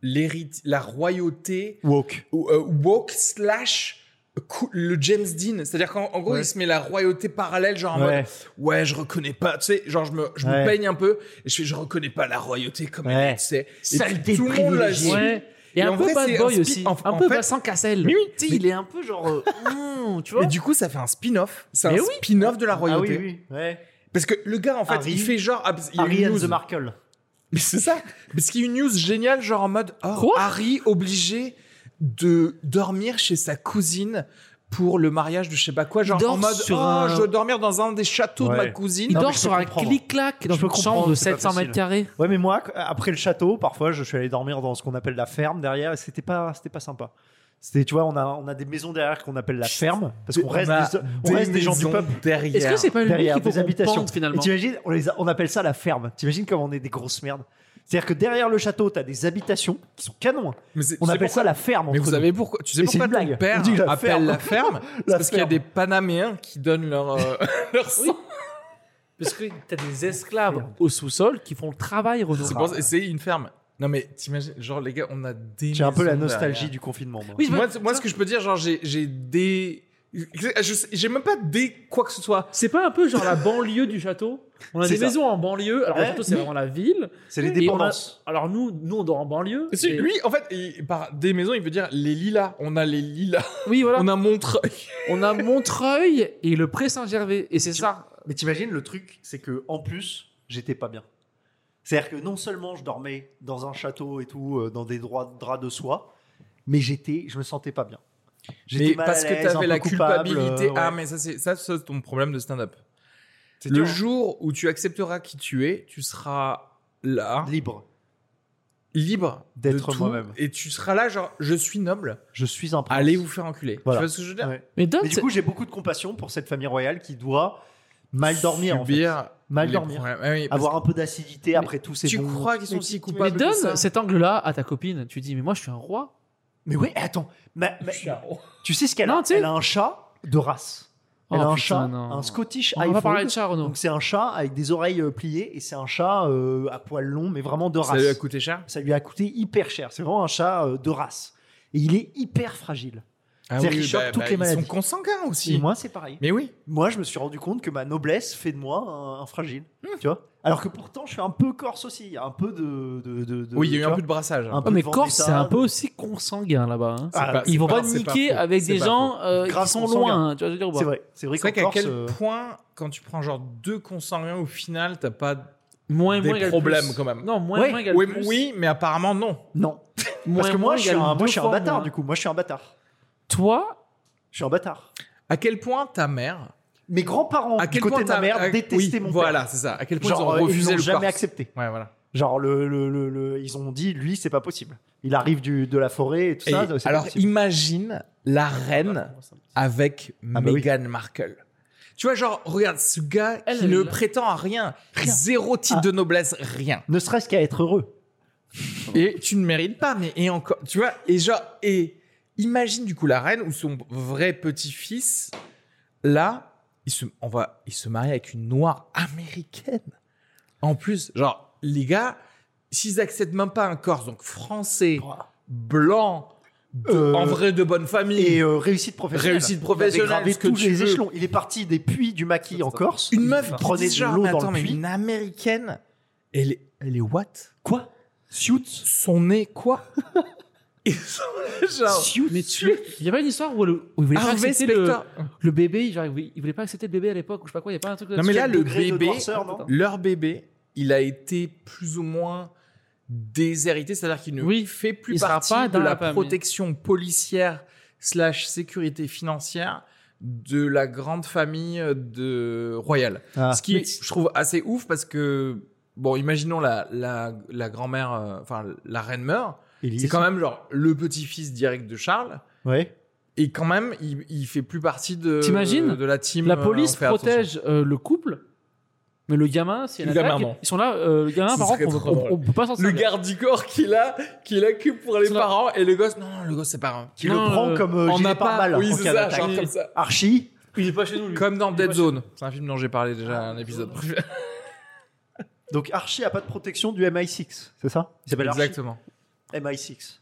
B: l'hérite, la royauté
C: Woke.
B: ou, euh, woke slash cou- le James Dean. C'est-à-dire qu'en en gros,
C: Ouais.
B: il se met la royauté parallèle, genre en mode
C: Ouais.
B: ouais, je reconnais pas, tu sais, genre je me, je me
C: Ouais.
B: peigne un peu et je fais je reconnais pas la royauté comme elle
C: Ouais.
B: est, tu sais. Et
C: Saleté
B: puis, tout le monde la
C: privilégiée.
B: suit.
A: Ouais. Et,
B: Et
A: un
B: en
A: peu
B: vrai, c'est
A: Bad
B: un
A: Boy
B: spi-
A: aussi.
B: en-
A: un
B: en
A: peu
B: fait-
A: Vincent Cassel.
B: Mais oui.
A: Tu sais, il est un peu genre. euh, hmm, tu vois
B: Et du coup, ça fait un spin-off. C'est un
A: Mais oui.
B: spin-off de la
C: Ah
B: royauté.
C: oui, oui. Ouais.
B: Parce que le gars, en fait,
C: Harry-
B: il fait genre. ah, Il y a
C: Harry
B: une
C: and
B: news.
C: the Markle.
B: Mais c'est ça. Parce qu'il y a une news géniale, genre en mode oh,
A: Quoi
B: Harry obligé de dormir chez sa cousine pour le mariage de je sais pas quoi. Genre
A: dort
B: en mode
A: sur
B: oh,
A: un-
B: je dois dormir dans un des châteaux de
C: Ouais.
B: ma cousine.
A: Il
C: Non, mais
A: dort
C: je
A: sur
C: peux
A: un
C: comprendre.
A: clic-clac dans
C: Je peux
A: une chambre
C: comprendre,
A: de
C: c'est pas
A: 700 mètres
C: facile.
A: carrés.
C: Ouais, mais moi, après le château, parfois, je suis allé dormir dans ce qu'on appelle la ferme derrière, et c'était pas, c'était pas sympa. C'était, tu vois, on a, on a des maisons derrière qu'on appelle la ferme, parce qu'on reste,
B: a
C: des, on reste des gens du
B: maisons
C: peuple.
B: derrière.
A: Est-ce que c'est pas une vie
C: Derrière
A: qu'il faut
C: des
A: qu'on
C: habitations.
A: pende, finalement
C: Et t'imagines, on, les a- on appelle ça la ferme. T'imagines comme on est des grosses merdes. C'est-à-dire que derrière le château, t'as des habitations qui sont canons.
B: Mais c'est-
C: On
B: tu sais
C: appelle ça
B: pourquoi-
C: la ferme.
B: Mais
C: entre
B: vous
C: nous.
B: savez pourquoi Tu sais
C: Mais c'est
B: pourquoi
C: une
B: ton
C: blague.
B: père
C: On dit la
B: appelle
C: ferme.
B: la ferme C'est
C: La
B: parce qu'il y a
C: ferme.
B: des Panaméens qui donnent leur, euh, leur sang.
A: Parce que t'as des esclaves au sous-sol qui font le travail, Renaud.
B: C'est pour ça- c'est une ferme. Non mais t'imagines, genre les gars, on a des.
C: J'ai un peu la
B: maisons
C: nostalgie
B: derrière.
C: du confinement. Moi.
A: Oui, je
B: Moi,
A: veux-
B: c'est- moi, ce que je peux dire, genre, j'ai j'ai des. je sais- J'ai même pas des quoi que ce soit.
A: C'est pas un peu genre la banlieue du château On a
C: C'est
A: des
C: ça.
A: maisons en banlieue. Alors, le
C: Ouais.
A: château, c'est vraiment la ville.
C: C'est les
A: Et on a-
C: dépendances.
A: Alors, nous, nous on dort en banlieue.
B: Si,
A: Et-
B: Lui, en fait, il- par des maisons, il veut dire les lilas. On a les lilas.
A: Oui, voilà.
B: On a Montreuil.
A: On a Montreuil et le Pré-Saint-Gervais. Et c'est
C: Tu-
A: ça.
C: Mais t'imagines, le truc, c'est que en plus, j'étais pas bien. C'est-à-dire que non seulement je dormais dans un château et tout, euh, dans des droits, draps de soie, mais j'étais, je me sentais pas bien. J'étais
B: Mais
C: mal à
B: parce que
C: l'aise, un
B: t'avais
C: peu
B: la
C: coupable,
B: culpabilité.
C: euh, ouais.
B: Ah, mais ça, c'est ça, c'est ton problème de stand-up.
C: C'est
B: Le
C: dur.
B: jour où tu accepteras qui tu es, tu seras là,
C: libre.
B: libre de
C: D'être
B: tout,
C: moi-même.
B: Et tu seras là, genre, je suis noble.
C: Je suis un prince.
B: Allez vous faire enculer.
C: Voilà.
B: Tu vois ce que je veux dire
C: Ouais.
A: Mais Don,
C: Mais du
A: c'est-
C: coup, j'ai beaucoup de compassion pour cette famille royale qui doit mal dormir, en fait.
B: Subir
C: Mal
B: les
C: dormir.
B: problèmes. Ah oui, parce
C: Avoir un peu d'acidité après tous
B: que
C: ces
B: Tu
C: bons-
B: crois qu'ils sont
C: Mais
B: si
C: tu-
A: mais
B: coupables que
A: donne
B: ça
A: cet angle-là à ta copine. Tu dis, mais moi, je suis un roi.
C: Mais oui, attends. ma- ma- tu sais ce qu'elle
A: Non,
C: a
A: tu sais-
C: Elle a un chat de race. Elle
A: Oh,
C: a un
A: putain,
C: chat,
A: non.
C: un Scottish
A: On va pas
C: Highfold.
A: parler de chat, Renaud.
C: Donc c'est un chat avec des oreilles euh, pliées et c'est un chat euh, à poils longs mais vraiment de
B: Ça
C: race.
B: lui a coûté cher
C: Ça lui a coûté hyper cher. C'est vraiment un chat euh, de race. Et il est hyper fragile.
B: Ah
C: C'est-à-dire qu'ils chopent toutes les
B: Ils
C: maladies.
B: sont consanguins
C: Et
B: aussi.
C: moi, c'est pareil.
B: Mais oui.
C: Moi, je me suis rendu compte que ma noblesse fait de moi un, un fragile.
B: Hmm.
C: Tu vois Alors que pourtant, je suis un peu corse aussi. Il y a un peu de. de- de- de-
B: Oui, il y a eu
C: tu
B: un
C: vois
B: peu de brassage. hein.
C: Un
A: Oh,
C: peu
A: mais
C: de
A: Corse,
C: vendetta,
A: c'est un
C: de-
A: peu aussi consanguin là-bas. hein.
B: C'est
C: Ah,
B: pas-
A: Ils vont
B: c'est
A: pas,
B: c'est
A: niquer
B: faux.
A: avec
B: C'est
A: des
B: pas faux.
A: gens euh, qui
C: Grâce
A: sont
C: consanguin.
A: loin. hein, tu vois, je veux dire, bah,
C: C'est vrai. C'est vrai,
B: C'est vrai
C: qu'en
B: qu'à
C: Corse,
B: quel
C: euh,
B: point, quand tu prends genre deux consanguins au final, t'as pas.
A: Moins,
B: Des
A: moins égale
B: problèmes,
A: plus.
B: quand même.
A: Non, moins,
C: Ouais.
A: moins égale
B: Oui,
A: plus.
B: oui, mais apparemment non.
C: Non.
A: Moins,
C: Parce que moi,
A: moins
C: je suis un,
A: égale
C: moi,
A: deux
C: je suis un
A: fois
C: bâtard
A: moins.
C: du coup. Moi, je suis un bâtard.
A: Toi,
C: Je suis un bâtard.
B: À quel point ta mère,
C: Mes grands-parents
B: à
C: du
B: quel
C: côté
B: point
C: de ma
B: ta
C: mère
B: à-
C: détestaient
B: oui,
C: mon
B: Voilà,
C: père.
B: c'est ça. À quel point
C: Genre,
B: ils ont
C: euh, ils
B: refusé
C: n'ont
B: le
C: jamais
B: corse.
C: accepté.
B: Ouais, voilà.
C: Genre, le, le- le- le- ils ont dit, lui, c'est pas possible. Il arrive du, de la forêt et tout
B: Et
C: ça. c'est pas
B: alors
C: possible.
B: imagine la
A: Bah,
B: reine avec
C: Ah bah oui.
B: Meghan Markle. Tu vois, genre, regarde, ce gars
A: Elle,
B: qui
A: elle-
B: ne prétend à rien.
C: Rien.
B: Zéro titre
C: Ah.
B: de noblesse, rien.
C: Ne serait-ce qu'à être heureux.
B: Et tu ne mérites pas, mais et encore, tu vois, et genre, et imagine du coup la reine ou son vrai petit-fils, là, il se, on va, il se marie avec une noire américaine. En plus, genre, les gars, s'ils acceptent même pas un corse, donc français, blanc, de-
C: Euh,
B: en vrai de bonne famille,
C: Et euh, réussite professionnelle.
B: Réussite
C: Il avait
B: professionnelle,
C: gravé
B: ce que
C: tous
B: tu
C: les
B: veux.
C: échelons. Il est parti des puits du maquis en Corse.
B: une
C: Il
B: meuf qui
C: prenait
B: dit
C: de
B: genre,
C: l'eau
B: mais
C: dans
B: attends,
C: le
B: mais
C: puits.
B: une américaine, elle est, elle est what
C: Quoi Suits
B: Son nez quoi Et son- genre,
C: Suits
A: Mais tu. Il y a pas une histoire où, le- où il voulait pas
B: Harvey
A: accepter le,
B: Specter.
A: le bébé. Genre, il il voulait pas accepter le bébé à l'époque. ou Je sais pas quoi. Il y a pas un truc
B: Non, mais là,
C: Quel
B: le
C: degré de
B: bébé-
C: noirceur, non
B: leur bébé, il a été plus ou moins déshérité, c'est-à-dire qu'il ne
A: Oui,
B: fait plus
A: il sera
B: partie
A: pas dans
B: de la,
A: la famille.
B: protection policière slash sécurité financière de la grande famille de Royal.
C: Ah.
B: Ce qui, est, je trouve, assez ouf parce que, bon, imaginons la, la, la grand-mère, euh, enfin, la reine meurt.
C: Élise.
B: C'est quand même genre le petit-fils direct de Charles.
C: Ouais.
B: Et quand même, il, il fait plus partie de,
A: T'imagines
B: de la team.
A: La
B: euh,
A: police
B: on fait attention.
A: protège euh, le couple, mais le gamin, si elle
B: Le
A: attaque,
B: gamin.
A: ils sont là. euh, le gamin,
B: Ce
A: par
B: serait
A: contre, on,
B: trop
A: on-
B: drôle.
A: on peut pas s'en
B: Le
A: sortir.
B: garde du corps qu'il a, qu'il a que pour les
A: Non.
B: parents et le gosse, non, le gosse c'est pas grave.
C: Qui
A: Non,
C: le prend
A: euh,
C: comme euh, gilet
B: a
C: pare-balles
B: oui
C: en
B: c'est
C: cas
B: ça, genre
C: d'attaque.
B: comme ça.
C: Archie,
A: Il est pas chez nous, lui.
B: Comme dans
A: Il est
B: Dead
A: pas
B: Zone. C'est un film dont j'ai parlé déjà à un épisode. précédent.
C: Donc Archie a pas de protection du MI6, c'est ça Il s'appelle Archie.
B: Exactement.
C: MI6.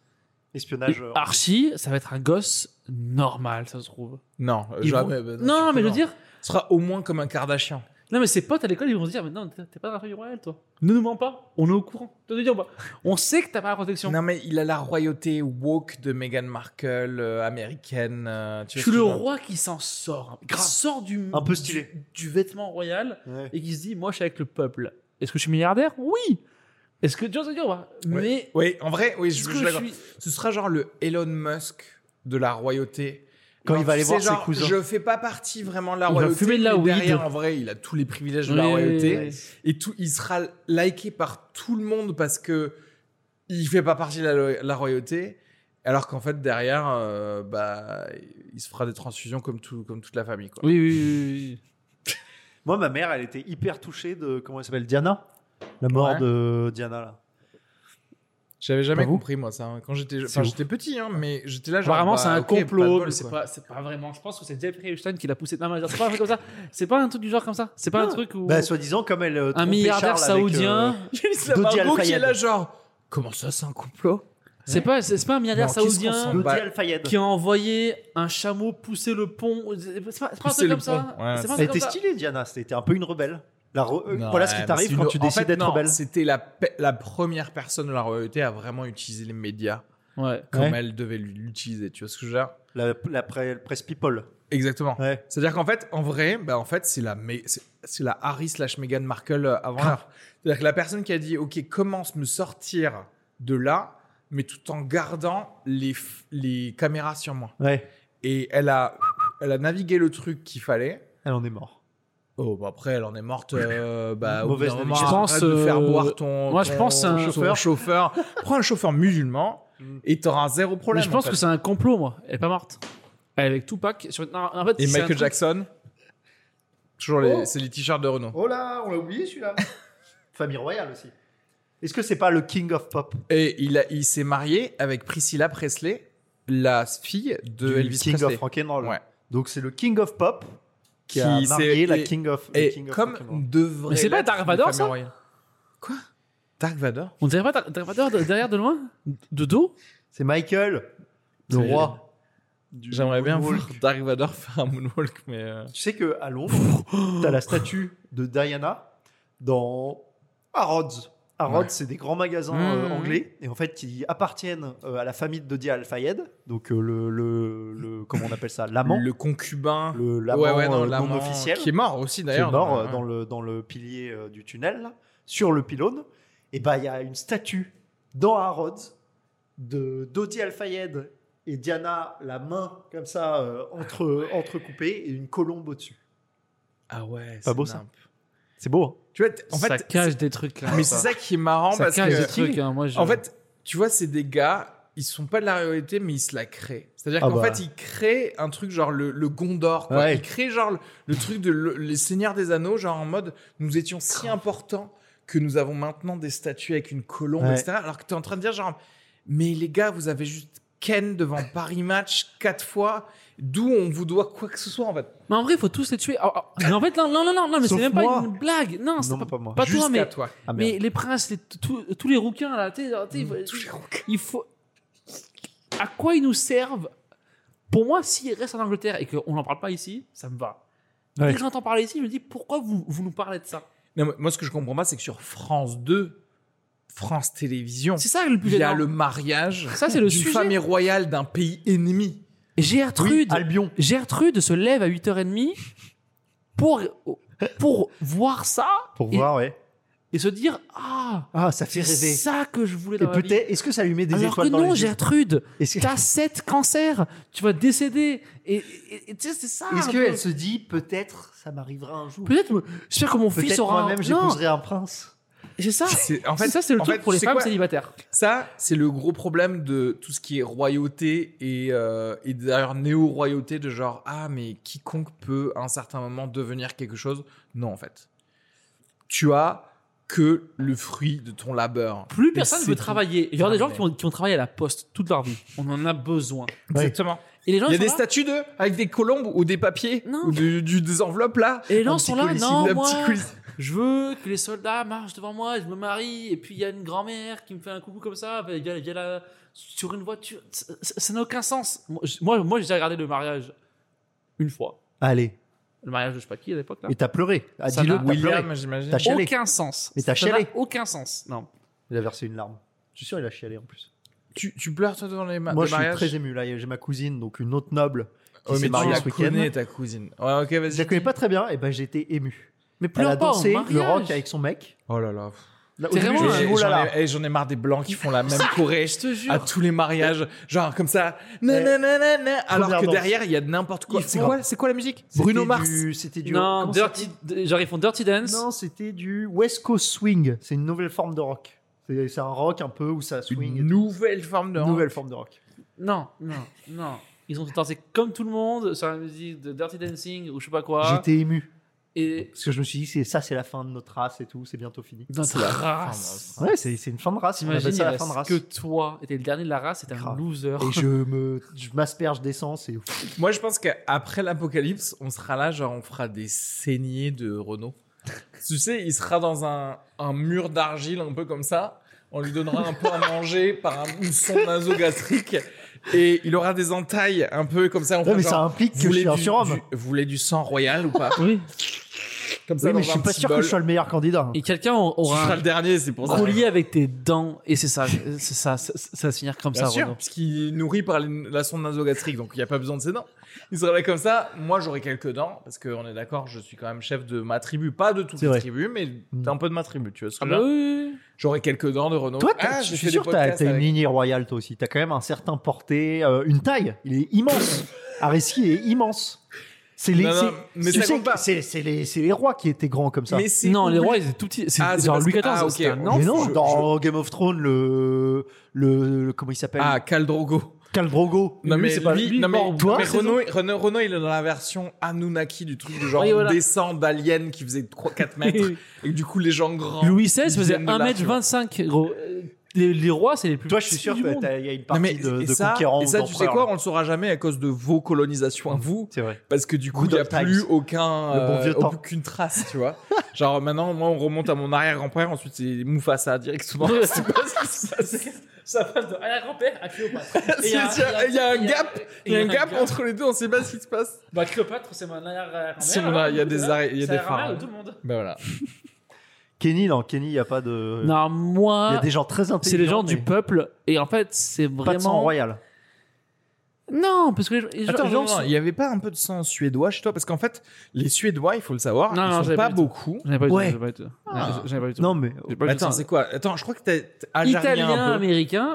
C: Espionnage. euh,
A: Archie, ça va être un gosse normal, ça se trouve.
B: Non, euh,
A: Ils
B: jamais, bah,
A: Non,
B: surtout
A: mais je veux
B: non.
A: dire,
B: Ce sera au moins comme un Kardashian.
A: non, mais ses potes à l'école, ils vont se dire, mais non, t'es t'es pas dans la famille royale, toi. Ne nous mens pas, on est au courant. Tu vas te dire, bah, on sait que t'as pas la protection.
B: Non, mais il a la royauté woke de Meghan Markle, euh, américaine. euh, tu vois
A: Je suis
B: ce que
A: le
B: je veux
A: roi qui s'en sort. hein. Qui sort du,
C: Un peu stylé.
A: Du, du vêtement royal
C: Ouais.
A: et qui se dit, moi, je suis avec le peuple. Est-ce que je suis milliardaire Oui. Est-ce que tu vas te dire, bah, mais.
B: Oui, en vrai, oui, je,
A: Est-ce
B: je
A: que
B: suis
A: je
B: d'accord.
A: suis.
B: Ce sera genre le Elon Musk de la royauté.
C: Quand
B: Genre,
C: il va aller
B: tu
C: voir
B: sais,
C: ses
B: genre,
C: cousins.
B: Je fais pas partie vraiment de la
A: Il va
B: royauté.
A: fumer de la
B: mais
A: weed.
B: Derrière, en vrai, il a tous les privilèges de la
A: Oui,
B: royauté.
A: oui, oui.
B: Et tout, il sera liké par tout le monde parce que il fait pas partie de la, lo- la royauté. Alors qu'en fait, derrière, euh, bah, il se fera des transfusions comme, tout, comme toute la famille. Quoi.
A: Oui, oui, oui,
C: Moi, ma mère, elle était hyper touchée de. Comment elle s'appelle Diana La mort
B: Ouais.
C: de Diana, là.
B: J'avais jamais
C: Pas vous
B: compris, moi, ça. hein. Quand j'étais
C: C'est
B: enfin,
C: ouf.
B: j'étais petit, hein, mais j'étais là, genre.
A: Apparemment,
B: bah,
A: c'est un
B: ok, pas de
A: complot,
B: bol,
A: mais c'est
B: quoi.
A: pas, c'est pas vraiment. Je pense que c'est Jeffrey Epstein qui l'a poussé. Non, mais c'est pas un truc comme ça. C'est pas un truc du genre comme ça. C'est pas un
C: Non.
A: truc où.
C: Bah, soi-disant, comme elle. euh,
A: un
C: trompait
A: milliardaire
C: Charles avec,
A: saoudien.
C: euh,
B: Idriss Elba
C: Dodi
B: Abou qui est
C: Al-Fayed.
B: là, genre. Comment ça, c'est un complot
A: C'est pas, c'est c'est pas un milliardaire
B: Non, qu'est-ce qu'on s'en
A: saoudien
B: bat
C: Lodi
B: Bah,
C: Al-Fayed.
A: qui a envoyé un chameau pousser le pont. C'est pas, c'est pas un
B: Pousser
A: truc
B: le
A: comme ça.
B: pont, ouais,
A: C'est pas un truc
C: Elle était
A: comme ça.
C: stylée, Diana. C'était un peu une rebelle. La re- euh,
B: Non,
C: voilà ce
B: ouais,
C: qui
B: mais
C: t'arrive
B: c'est
C: quand
B: une-
C: tu
B: en
C: décides
B: fait,
C: d'être
B: non,
C: rebelle.
B: C'était la, pe- la première personne de la royauté à vraiment utiliser les médias
A: Ouais.
B: comme
C: Ouais.
B: elle devait l'utiliser. Tu vois ce que je veux dire
C: La, la pre- presse people.
B: Exactement.
C: Ouais.
B: C'est-à-dire qu'en fait, en vrai, bah en fait, c'est la, mé- c'est- c'est la Harry slash Meghan Markle euh, avant
C: Ah.
B: l'heure. C'est-à-dire que la personne qui a dit, OK, commence me sortir de là, mais tout en gardant les, f- les caméras sur moi.
C: Ouais.
B: Et elle a, elle a navigué le truc qu'il fallait.
C: Elle en est morte.
B: Oh, bah après, elle en est morte. euh, bah, au bout
C: Mauvaise
B: d'un moment,
C: navigation.
A: Je pense,
B: arrête de faire
A: euh,
B: boire ton,
A: moi, je
B: ton-
A: pense à un
B: ton
C: chauffeur.
B: chauffeur. Prends un chauffeur musulman
C: Mm.
B: et t'auras zéro
A: Mais
B: problème.
A: je pense
B: en
A: que
B: fait.
A: c'est un complot, moi. Elle est pas morte. Elle est avec Tupac. Sur... non, en fait,
B: Et
A: c'est un
B: Michael
A: truc-
B: Jackson. Toujours les,
C: Oh.
B: c'est les t-shirts de Renault.
C: Oh là, on l'a oublié celui-là. Famille royale aussi. Est-ce que c'est pas le King of Pop
B: Et il, a- il s'est marié avec Priscilla Presley, la fille de
C: du
B: Elvis
C: King
B: Presley.
C: of Rock'n'Roll
B: Ouais.
C: Donc c'est le King of Pop
B: Qui
C: qui, a
B: s'est-
C: marié la
B: et-
C: King of le
B: Et
C: King of Rock'n'Roll.
B: comme devrait.
A: Mais c'est pas
B: l'être
A: Dark
B: une
A: Vador,
B: famille
A: ça
B: royale. Quoi Dark Vador
A: On dirait pas Dark- Dark Vador de- derrière de loin De dos
C: C'est Michael, le
B: C'est-
C: roi.
B: J'aimerais bien
C: moonwalk.
B: voir Dark Vador faire un moonwalk, mais. euh,
C: Tu sais que à Londres, t'as la statue de Diana dans Harrods. Harrods,
B: Ouais.
C: c'est des grands magasins euh,
B: Mhm.
C: anglais et en fait qui appartiennent euh, à la famille de Dodi Al-Fayed, donc euh, le, le, le- comment on appelle ça, l'amant,
B: Le concubin.
C: Ah le l'amant
B: ouais, ouais, non,
C: euh, non,
B: l'amant
C: officiel.
B: Qui est mort aussi
C: qui est
B: d'ailleurs.
C: mort euh,
B: ouais.
C: dans le, dans le pilier euh, du tunnel, là, sur le pylône, et bah il y a une statue dans Harrods de Dodi Al-Fayed et Diana, la main comme ça euh, entre, entrecoupée et une colombe au-dessus.
B: Ah ouais.
C: Pas
B: c'est
C: beau, ça
B: nimp.
C: C'est beau. hein
B: Tu vois, t- en
A: Ça
B: fait.
A: cache des trucs. hein,
B: Mais c'est ça qui est marrant
A: Ça
B: parce
A: cache
B: que.
A: des trucs. hein, moi, je-
B: En fait, tu vois, c'est des gars, ils sont pas de la réalité, mais ils se la créent. C'est-à-dire
C: Ah
B: qu'en
C: bah.
B: fait, ils créent un truc genre le, le Gondor. Quoi.
C: Ouais.
B: Ils créent genre le, le truc de le- les Seigneurs des Anneaux, genre en mode nous étions si importants que nous avons maintenant des statues avec une colombe,
C: Ouais.
B: etc. Alors que tu es en train de dire genre, mais les gars, vous avez juste Ken devant Paris Match quatre fois, d'où on vous doit quoi que ce soit en fait.
A: Mais en vrai, il faut tous les tuer. Ah, ah, mais en fait, non, non, non, non, non, mais c'est
C: Sauf
A: même pas
C: moi.
A: une blague. Non, c'est
C: Non,
A: pas,
C: pas moi.
A: pas toi,
B: Jusqu'à
A: mais,
B: toi.
C: Ah, merde.
A: mais les princes, les- tous tous les rouquins, là, tu sais, genre, tu sais, il faut- il faut. À quoi ils nous servent Pour moi, s'ils restent en Angleterre et qu'on n'en parle pas ici, ça me va.
C: Ouais.
A: Dès que j'entends parler ici, je me dis pourquoi vous, vous nous parlez de ça
B: Non, mais moi, ce que je comprends pas, c'est que sur France 2, France Télévisions,
A: C'est ça le plus
B: il y a
A: gênant.
B: le mariage.
A: Ça, c'est le
B: d'une
A: sujet.
B: famille royale d'un pays ennemi.
A: Gertrude,
C: Albion.
A: Gertrude se lève à 8h30 pour, pour voir ça
C: Pour
A: Et-
C: voir, ouais.
A: et se dire Ah,
C: Ah, ça fait
A: c'est
C: rêver.
A: ça que je voulais
C: Et
A: dans ma vie.
C: peut-être, est-ce que ça lui met des
A: Alors
C: étoiles
A: que
C: dans
A: non,
C: les yeux
A: Gertrude,
C: Est-ce que-
A: t'as sept cancers, tu vas décéder. Et et- et tu sais, c'est ça.
C: est-ce
A: un peu.
C: qu'elle se dit peut-être ça m'arrivera un jour
A: Peut-être, euh, j'espère que mon fils
C: Peut-être
A: aura. un-
C: moi-même
A: non,
C: j'épouserai un prince.
A: c'est ça.
B: C'est- En
A: En fait,
B: fait,
A: Ah, ça, c'est le
B: en
A: truc
B: fait,
A: pour les
B: tu sais
A: femmes
B: quoi
A: célibataires.
B: ça, c'est le gros problème de tout ce qui est royauté et, euh, et d'ailleurs néo-royauté de genre ah mais quiconque peut à un certain moment devenir quelque chose. Non en fait, tu as que le fruit de ton labeur.
A: Plus
B: Et
A: personne
B: c'est
A: veut
B: tout.
A: travailler. Il y a des gens
B: mais-
A: qui ont, qui ont travaillé à la poste toute leur vie. On en a besoin.
B: Exactement.
A: Et les gens,
B: Il y a
A: ils sont
B: des
A: là.
B: statues d'eux avec des colombes ou des papiers
A: Non.
B: ou du- du- des enveloppes là.
A: Et les gens
B: Un petit
A: sont là,
B: coulis,
A: non,
B: un
A: moi,
B: petit coulis.
A: je veux que les soldats marchent devant moi, je me marie, et puis il y a une grand-mère qui me fait un coucou comme ça, bah, via, via la- sur une voiture. Ça ça n'a aucun sens. Moi, je- Moi, moi j'ai déjà regardé le mariage une fois.
C: Allez.
A: Le mariage de je sais pas qui à l'époque. là.
C: Et t'as pleuré. Ah,
A: Ça
C: Dis-le,
A: n'a-
C: t'as pleuré.
B: William, j'imagine.
C: T'as chialé.
A: Aucun sens.
C: Mais t'as
A: Ça n'a
C: chialé.
A: Aucun sens. Non.
C: Il a versé une larme. Je suis sûr, il a chialé en plus.
B: Tu, tu pleures toi devant les, ma-
C: Moi,
B: les
C: je suis
B: mariages
C: très ému. Là, j'ai ma cousine, donc une autre noble, qui
B: Ouais, Oh,
C: s'est
B: mais tu
C: mariée
B: la
C: ce week-end.
B: connais ta cousine. Ouais, ok, vas-y.
C: Je la connais pas très bien, et ben j'étais ému.
A: Mais
C: Elle
A: pleure
C: a
A: pas au
C: dansé
A: mariage.
C: le rock avec son mec.
B: Oh là là.
C: Là, au
A: C'est
C: début,
A: vraiment
C: j'ai dit,
B: J'ai-
C: oh
B: J'en
C: là là.
B: ai, eh, j'en ai marre des blancs qui font la même choré
A: Je te jure.
B: à tous les mariages, genre comme ça. Na, na, na, na, na, alors
C: Première
B: que
C: danse.
B: derrière il y a de n'importe quoi.
C: Ils
B: C'est
C: font-
B: quoi, c'est quoi la musique
C: C'était
B: Bruno
C: du-
B: Mars.
C: C'était du.
A: Non,
C: comment ça
A: dirty, genre ils font Dirty Dance.
C: Non, c'était du West Coast Swing. C'est une nouvelle forme de rock. C'est c'est un rock un peu où ça swing. et
B: Une nouvelle forme de
C: tout.
B: rock.
C: nouvelle forme de rock.
A: Non, non, non. Ils ont dansé comme tout le monde sur la musique de Dirty Dancing ou je sais pas
B: Ah.
A: quoi.
C: J'étais ému.
A: Et
C: Parce que je me suis dit, c'est ça, c'est la fin de notre race et tout. C'est bientôt fini.
A: notre race.
C: Ouais, c'est c'est une fin de race. On
A: T'imagines,
C: appelle
A: il
C: ça la fin de
A: reste
C: race.
A: que toi. Et t'es le dernier de la race, et t'es un
C: Grave.
A: loser.
C: Et je me, je m'asperge d'essence et ouf.
B: Moi, je pense qu'après l'apocalypse, on sera là, genre, on fera des saignées de Renault. tu sais, il sera dans un, un mur d'argile, un peu comme ça. On lui donnera un peu à manger par un, une sonde nasogastrique. Et il aura des entailles, un peu comme ça. On
C: Non,
B: fera
C: mais
B: genre,
C: ça implique
B: vous
C: que je
B: voulez
C: suis un
B: du-
C: surhomme.
B: du- Vous voulez du sang royal ou pas
A: Oui.
B: Comme ça,
C: Oui, mais
B: dans
C: je
B: un
C: suis pas
B: petit
C: sûr que
B: bol.
C: je sois le meilleur candidat.
A: Et quelqu'un au-
B: Tu
A: aura
B: seras
A: un
B: le dernier, c'est pour ça.
A: collier avec tes dents. Et c'est ça, c'est ça, ça, ça va se finir comme
B: Bien
A: ça,
B: sûr,
A: Renaud.
B: parce qu'il est nourri par les- la sonde nasogastrique, donc il n'y a pas besoin de ses dents. Il serait là comme ça. Moi, j'aurais quelques dents, parce qu'on est d'accord, je suis quand même chef de ma tribu. Pas de toutes
C: C'est
B: les
C: vrai.
B: tribus, mais
C: Mm.
B: un peu de ma tribu, tu vois ce que
A: Ah
B: je
A: bah
B: veux dire
A: oui.
B: J'aurais quelques dents de Renault.
C: Toi, t'as-
B: Ah,
C: je
B: j'ai
C: suis
B: fait
C: sûr
B: des
C: que t'as
B: podcasts
C: t'as une
B: avec-
C: lignée royale toi aussi. T'as quand même un certain porté, euh, une taille. Il est immense. Ariski est immense. C'est les,
B: Non, non,
C: c'est-
B: mais
C: tu
B: ça
C: sais
B: compte
C: que
B: pas.
C: c'est c'est les, c'est les rois qui étaient grands comme ça.
B: Mais c'est
A: Non, les
B: oubli-
A: rois, ils étaient tout petits. C'est
B: Ah, c'est
A: genre
B: parce
A: Louis
B: que-
A: XIV,
B: ah,
A: c'était
B: ok.
A: un
B: Mais
A: enfant.
C: Mais non,
B: je-
C: dans Game of Thrones, le, le, le- comment il s'appelle
B: Ah, Caldrogo.
C: Khal Drogo.
B: Non,
C: Lui,
B: mais
C: c'est pas
B: lui-
C: lui.
B: non, mais-
C: mort, toi,
B: mais
C: c'est
B: Renault, Renault, Renault, il est dans la version Anunnaki du truc du genre
A: Oui, voilà.
B: on descend d'alien qui faisait 4 mètres et que du coup les gens grands.
A: Louis XVI
B: Ils
A: faisait
B: viennent de là, tu vois.
A: 1m25, gros. Euh, Les, les rois, c'est les plus
C: Toi, je suis
A: petits
C: sûr
A: du monde.
C: qu'il y a une
B: Non,
C: partie
B: mais
C: de,
B: et
C: de
B: ça,
C: conquérants
B: et ça tu sais
C: d'empereurs,
B: quoi,
C: là.
B: on le saura jamais à cause de vos colonisations à vous.
C: C'est vrai.
B: Parce que du coup,
C: Good
B: il n'y a
C: old times.
B: plus aucun,
C: Le bon
B: euh,
C: vieux temps.
B: aucune trace, tu vois. Genre maintenant, moi, on remonte à mon arrière-grand-père, ensuite c'est Mufasa directement. C'est pas ce qui se passe.
A: Ça passe de à la grand-père à Cléopâtre. Et
B: Il y, a- il y a un gap, il y a un gap entre les deux, on sait pas ce qui se passe.
A: Bah, Cléopâtre, c'est mon arrière-grand-mère. hein.
B: Si, on a- il y a des arrêts- il y a des phares.
A: le monde.
B: Ben voilà.
C: Kenny, non, Kenny, il n'y a pas de.
A: Non,
C: Il y
A: moi,
C: a des gens très intelligents.
A: c'est les gens du
C: mais
A: peuple. Et en fait, c'est
C: Pas de sang
A: vraiment.
C: royal.
A: Non, parce que les gens- les gens.
B: Attends,
A: les gens
B: non,
A: sont-
B: non, il n'y avait pas un peu de sang suédois chez toi Parce qu'en fait, les Suédois, il faut le savoir,
A: Non,
B: ils
A: non,
B: sont
A: j'avais
B: pas
A: pas du tout.
B: beaucoup.
A: J'en ai pas eu tout,
C: Ouais.
A: j'en ai pas eu tout.
B: Ah.
A: J'en ai pas eu tout.
C: Non, mais
A: J'ai pas eu tout
B: Attends,
A: ça.
B: c'est quoi Attends, je crois que t'es t'es algérien
A: Italien,
B: un peu.
A: américain,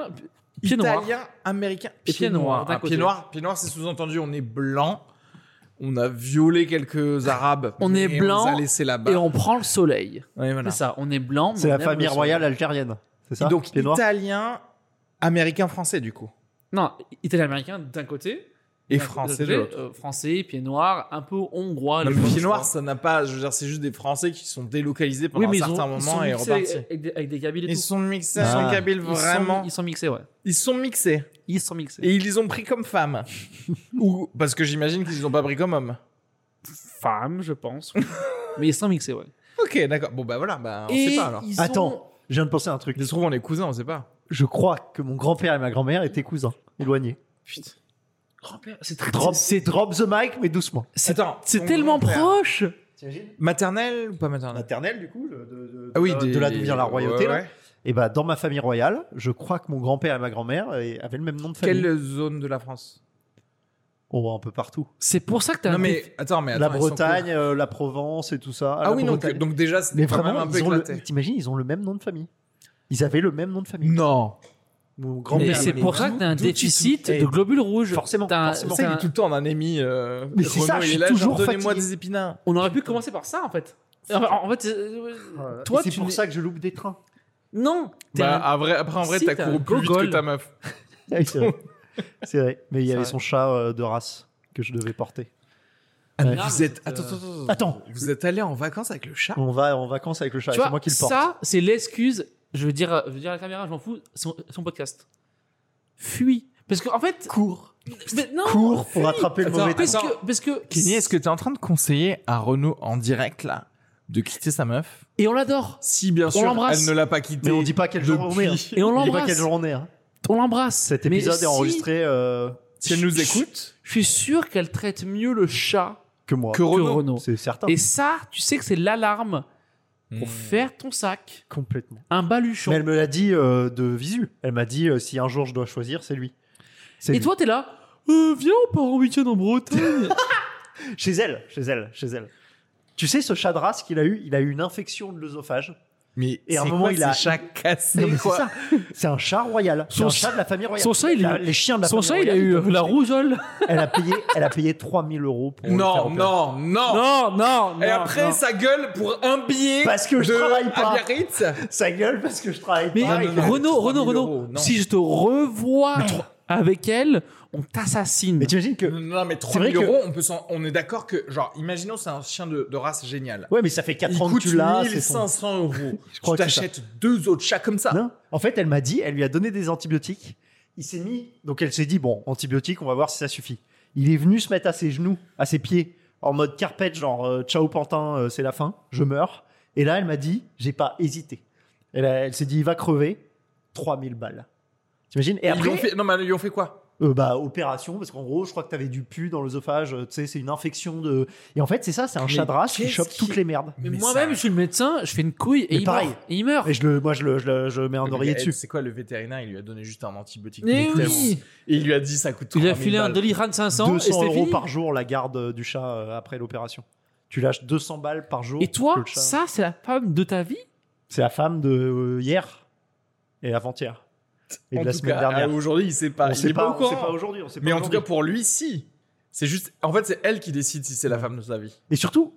A: pied noir.
B: Italien, américain,
A: Et pied noir, d'un
B: Ah,
A: côté.
B: pied noir, pied noir, c'est sous-entendu, on est blanc. On a violé quelques arabes.
A: On est
B: mais
A: blanc
B: On les a laissés là-bas.
A: Et on prend le soleil.
B: Ouais, voilà.
A: C'est ça, on est blanc. mais
C: c'est
A: on
C: la
A: aime
C: famille
A: le soleil.
C: royale algérienne. C'est ça
B: Et donc
C: Pied Ah, noir
B: italien, américain, français du coup.
A: Non, italien-américain d'un côté.
B: Et
A: d'un-
B: français de
A: d'un
B: l'autre.
A: côté, euh, français, pied noir, un peu hongrois.
B: Non,
A: les
B: mais
A: gens,
B: pied
A: je
B: noir,
A: crois.
B: ça n'a pas. Je veux dire, c'est juste des Français qui sont délocalisés pendant
A: Oui, mais
B: un
A: ils,
B: certain
A: ont, ils sont
B: moment et
A: mixés avec,
B: repartis.
A: avec des, avec des Kabyles et
B: Ils
A: tout.
B: sont mixés,
C: Ah.
B: ils sont kabyles,
A: Ils sont-
B: vraiment.
A: ils sont mixés, ouais.
B: Ils sont mixés.
A: Ils sont mixés.
B: Et ils les ont pris comme femmes. Ou parce que j'imagine qu'ils les ont pas pris comme hommes.
A: Femmes, je pense. mais ils sont mixés, ouais.
B: Ok, d'accord. Bon bah voilà, bah on
A: Et
B: sait pas alors.
A: ils
C: Attends, je viens de penser à un truc.
B: Ils se trouvent on est cousins, on sait pas.
C: Je crois que mon grand-père et ma grand-mère étaient cousins, éloignés.
A: Putain. Grand-père, c'est très.
C: Drop,
A: c'est-
C: drop the mic, mais doucement.
A: C'est
B: Attends,
A: c'est
B: ton
A: tellement
B: grand-père.
A: proche.
C: T'imagines
B: Maternelle ou pas maternelle
C: Maternelle, du coup, de, de,
A: Euh,
B: des-
C: de là d'où vient la
B: ouais,
C: royauté. là.
B: ouais.
C: Et bah, dans ma famille royale, je crois que mon grand-père et ma grand-mère euh, avaient le même nom de famille.
B: Quelle zone de la France
C: On voit un peu partout.
A: C'est pour ça que t'as
B: Non
A: un dé-
B: mais attends, mais
C: la
B: attends, ils sont
C: Bretagne, euh, la Provence et tout ça.
B: Ah,
C: la
B: oui, donc,
C: Bretagne.
B: donc déjà, c'était
C: mais
B: quand même
C: vraiment,
B: un peu
C: ils ont le-
B: éclaté.
C: t'imagines, ils ont le même nom de famille. Ils avaient le même nom de famille.
B: Non.
C: Mon
A: Mais
C: grand-père.
A: c'est
C: mais-
A: pour ça que t'as un
B: d'où tu-
A: déficit
B: Eh,
A: de globules rouges.
C: forcément,
A: T'as un-
C: forcément.
A: t'as
B: il
A: un-
B: est tout le temps en anémie. euh,
C: Mais c'est ça,
B: Renaud,
C: je
B: il
C: suis
B: est là, genre,
C: toujours
B: Donnez-moi
C: fatigué.
B: des épinards.
A: On aurait pu commencer par ça en fait. En en fait, euh,
C: Euh,
A: toi,
C: et c'est
A: tu
C: pour
A: n'es-
C: ça que je loupe des trains.
A: Non. t'es
B: Bah,
A: un-
B: à vrai- après, en vrai,
A: Si,
B: t'as
A: t'as
B: couru
A: un
B: plus vite
A: gogol.
B: que ta meuf.
C: Ah oui, c'est vrai. C'est vrai. Mais il y
A: C'est
C: avait
A: vrai.
C: son chat euh, de race que je devais porter.
B: Ah, mais
A: Non,
B: vous
A: mais
B: êtes.
A: c'est,
B: Attends,
A: euh,
B: attends, attends,
C: Attends.
B: Vous êtes allé en vacances avec le chat
C: On va en vacances avec le chat.
A: Ah. tu
C: et
A: vois,
C: Bah, C'est moi qui le porte.
A: ça, c'est l'excuse. Je veux dire, je veux dire à la caméra, je m'en fous. Son, son podcast. Fuis. Parce Parce qu'en fait.
C: Cours.
A: Mais non
C: Cours pour attraper le
B: Attends,
C: mauvais
B: attends.
C: temps.
A: Parce que. Parce que
B: Kenny, est-ce que t'es en train de conseiller à Renaud en direct là de quitter sa meuf
A: Et on l'adore
B: Si bien
A: sûr, l'embrasse. elle ne
B: l'a pas quitté.
C: Mais on dit pas quel jour on est. hein.
A: Et on
C: On dit pas quel
A: l'embrasse
C: jour on est. hein.
A: On l'embrasse
C: Cet
A: Mais
C: épisode
A: si-
C: est enregistré euh,
B: Si elle nous écoute,
A: Je suis sûr qu'elle traite mieux le chat
C: que moi.
B: Que-
A: que
B: Renaud.
A: Renaud.
C: C'est certain.
A: Et ça, tu sais que c'est l'alarme pour
B: Hmm.
A: faire ton sac
C: Complètement.
A: un
C: Mais
A: baluchon.
C: elle me l'a dit euh, de visu. Elle m'a dit euh, si un jour je dois choisir, c'est lui. C'est
A: Et
C: lui.
A: toi, t'es là. Euh, viens, on part en week-end en Bretagne.
C: Chez elle, chez elle, chez elle. Tu sais, ce chat de race qu'il a eu, il a eu une infection de l'œsophage.
B: mais
C: Et à un
B: c'est
C: moment,
B: quoi
C: il
B: ces
C: a-
B: chats
C: Non,
B: cassés,
C: mais C'est
B: quoi
C: ça. C'est un chat royal. C'est
A: Son
C: un
A: chat-
C: chat de la famille royale.
A: son chat, il a
C: La-
A: eu-
C: Les chiens de la
A: Son
C: famille
A: chat, il a
C: royale,
A: eu euh,
C: peuvent
A: la
C: pousser.
A: rougeole.
C: Elle a payé, elle a payé 3000 euros pour le faire
B: Non,
C: opérer.
B: non, non,
A: Non, non, non.
B: Et après,
A: non.
B: sa gueule pour un billet.
C: Parce que je
B: de-
C: travaille
B: À
C: pas.
B: Biarritz.
C: Sa gueule parce que je travaille
A: Mais
C: pas.
B: Ah, Non, non, non.
A: Renaud,
B: 3 000
A: Renaud,
B: euros,
A: Renaud,
B: non.
A: si je te revois avec elle, on t'assassine.
C: Mais t'imagines que.
B: Non, mais
C: vrai
B: 3000
C: que-
B: euros, on, peut s'en- on est d'accord que, genre, imaginons, c'est un chien de, de race géniale.
C: Ouais, mais ça fait 4
B: Il
C: ans que
B: coûte
C: tu l'as. c'est son-
B: 1500 euros.
C: Je crois
B: tu
C: que c'est ça.
B: t'achètes deux autres chats comme ça.
C: Non. En fait, elle m'a dit, elle lui a donné des antibiotiques. Il s'est mis. Donc elle s'est dit, bon, antibiotiques, on va voir si ça suffit. Il est venu se mettre à ses genoux, à ses pieds, en mode carpet, genre euh, ciao pantin, euh, c'est la fin, je meurs. Et là, elle m'a dit, j'ai pas hésité. Elle, a- elle s'est dit, il va crever. 3000 balles. T'imagines Et
B: Ils lui ont
C: après,
B: fait- non, mais ils lui ont fait quoi
C: euh, bah, opération, parce qu'en gros, je crois que t'avais du pu dans l'œsophage, euh, tu sais, c'est une infection de. Et en fait, c'est ça, c'est un
B: Mais
C: chat de race qui
B: qu'est-ce
C: chope
B: qui-
C: toutes les merdes.
A: Mais
B: Mais
A: moi-même,
B: ça-
A: je suis le médecin, je fais une couille et
C: Mais
A: il
C: pareil.
A: meurt. Et il meurt.
C: Et je le, moi, je le, je le- je mets un
B: Le
C: oreiller
B: gars,
C: dessus.
B: C'est quoi le vétérinaire Il lui a donné juste un antibiotique.
A: Mais
B: Tellement.
A: oui
B: Et il lui a dit ça coûte
A: Il a
B: 3000
A: filé un
B: balles.
A: Doliran 500 et
C: 200
A: c'était
C: euros
A: fini.
C: par jour la garde euh, du chat euh, après l'opération. Tu lâches 200 balles par jour.
A: Et
C: pour que
A: toi,
C: le chat-
A: ça, c'est la femme de ta vie
C: C'est la femme de euh, hier et avant-hier et
B: En
C: de la
B: tout
C: semaine
B: cas, à
C: dernière.
B: Aujourd'hui, il sait pas.
C: on
B: il
C: sait
B: est
C: pas,
B: pas,
C: on
B: au
C: sait pas
B: courant.
C: aujourd'hui, on sait pas
B: Mais en tout
C: aujourd'hui.
B: cas, pour lui, si. C'est juste. En fait, c'est elle qui décide si c'est la femme de sa vie.
C: Et surtout,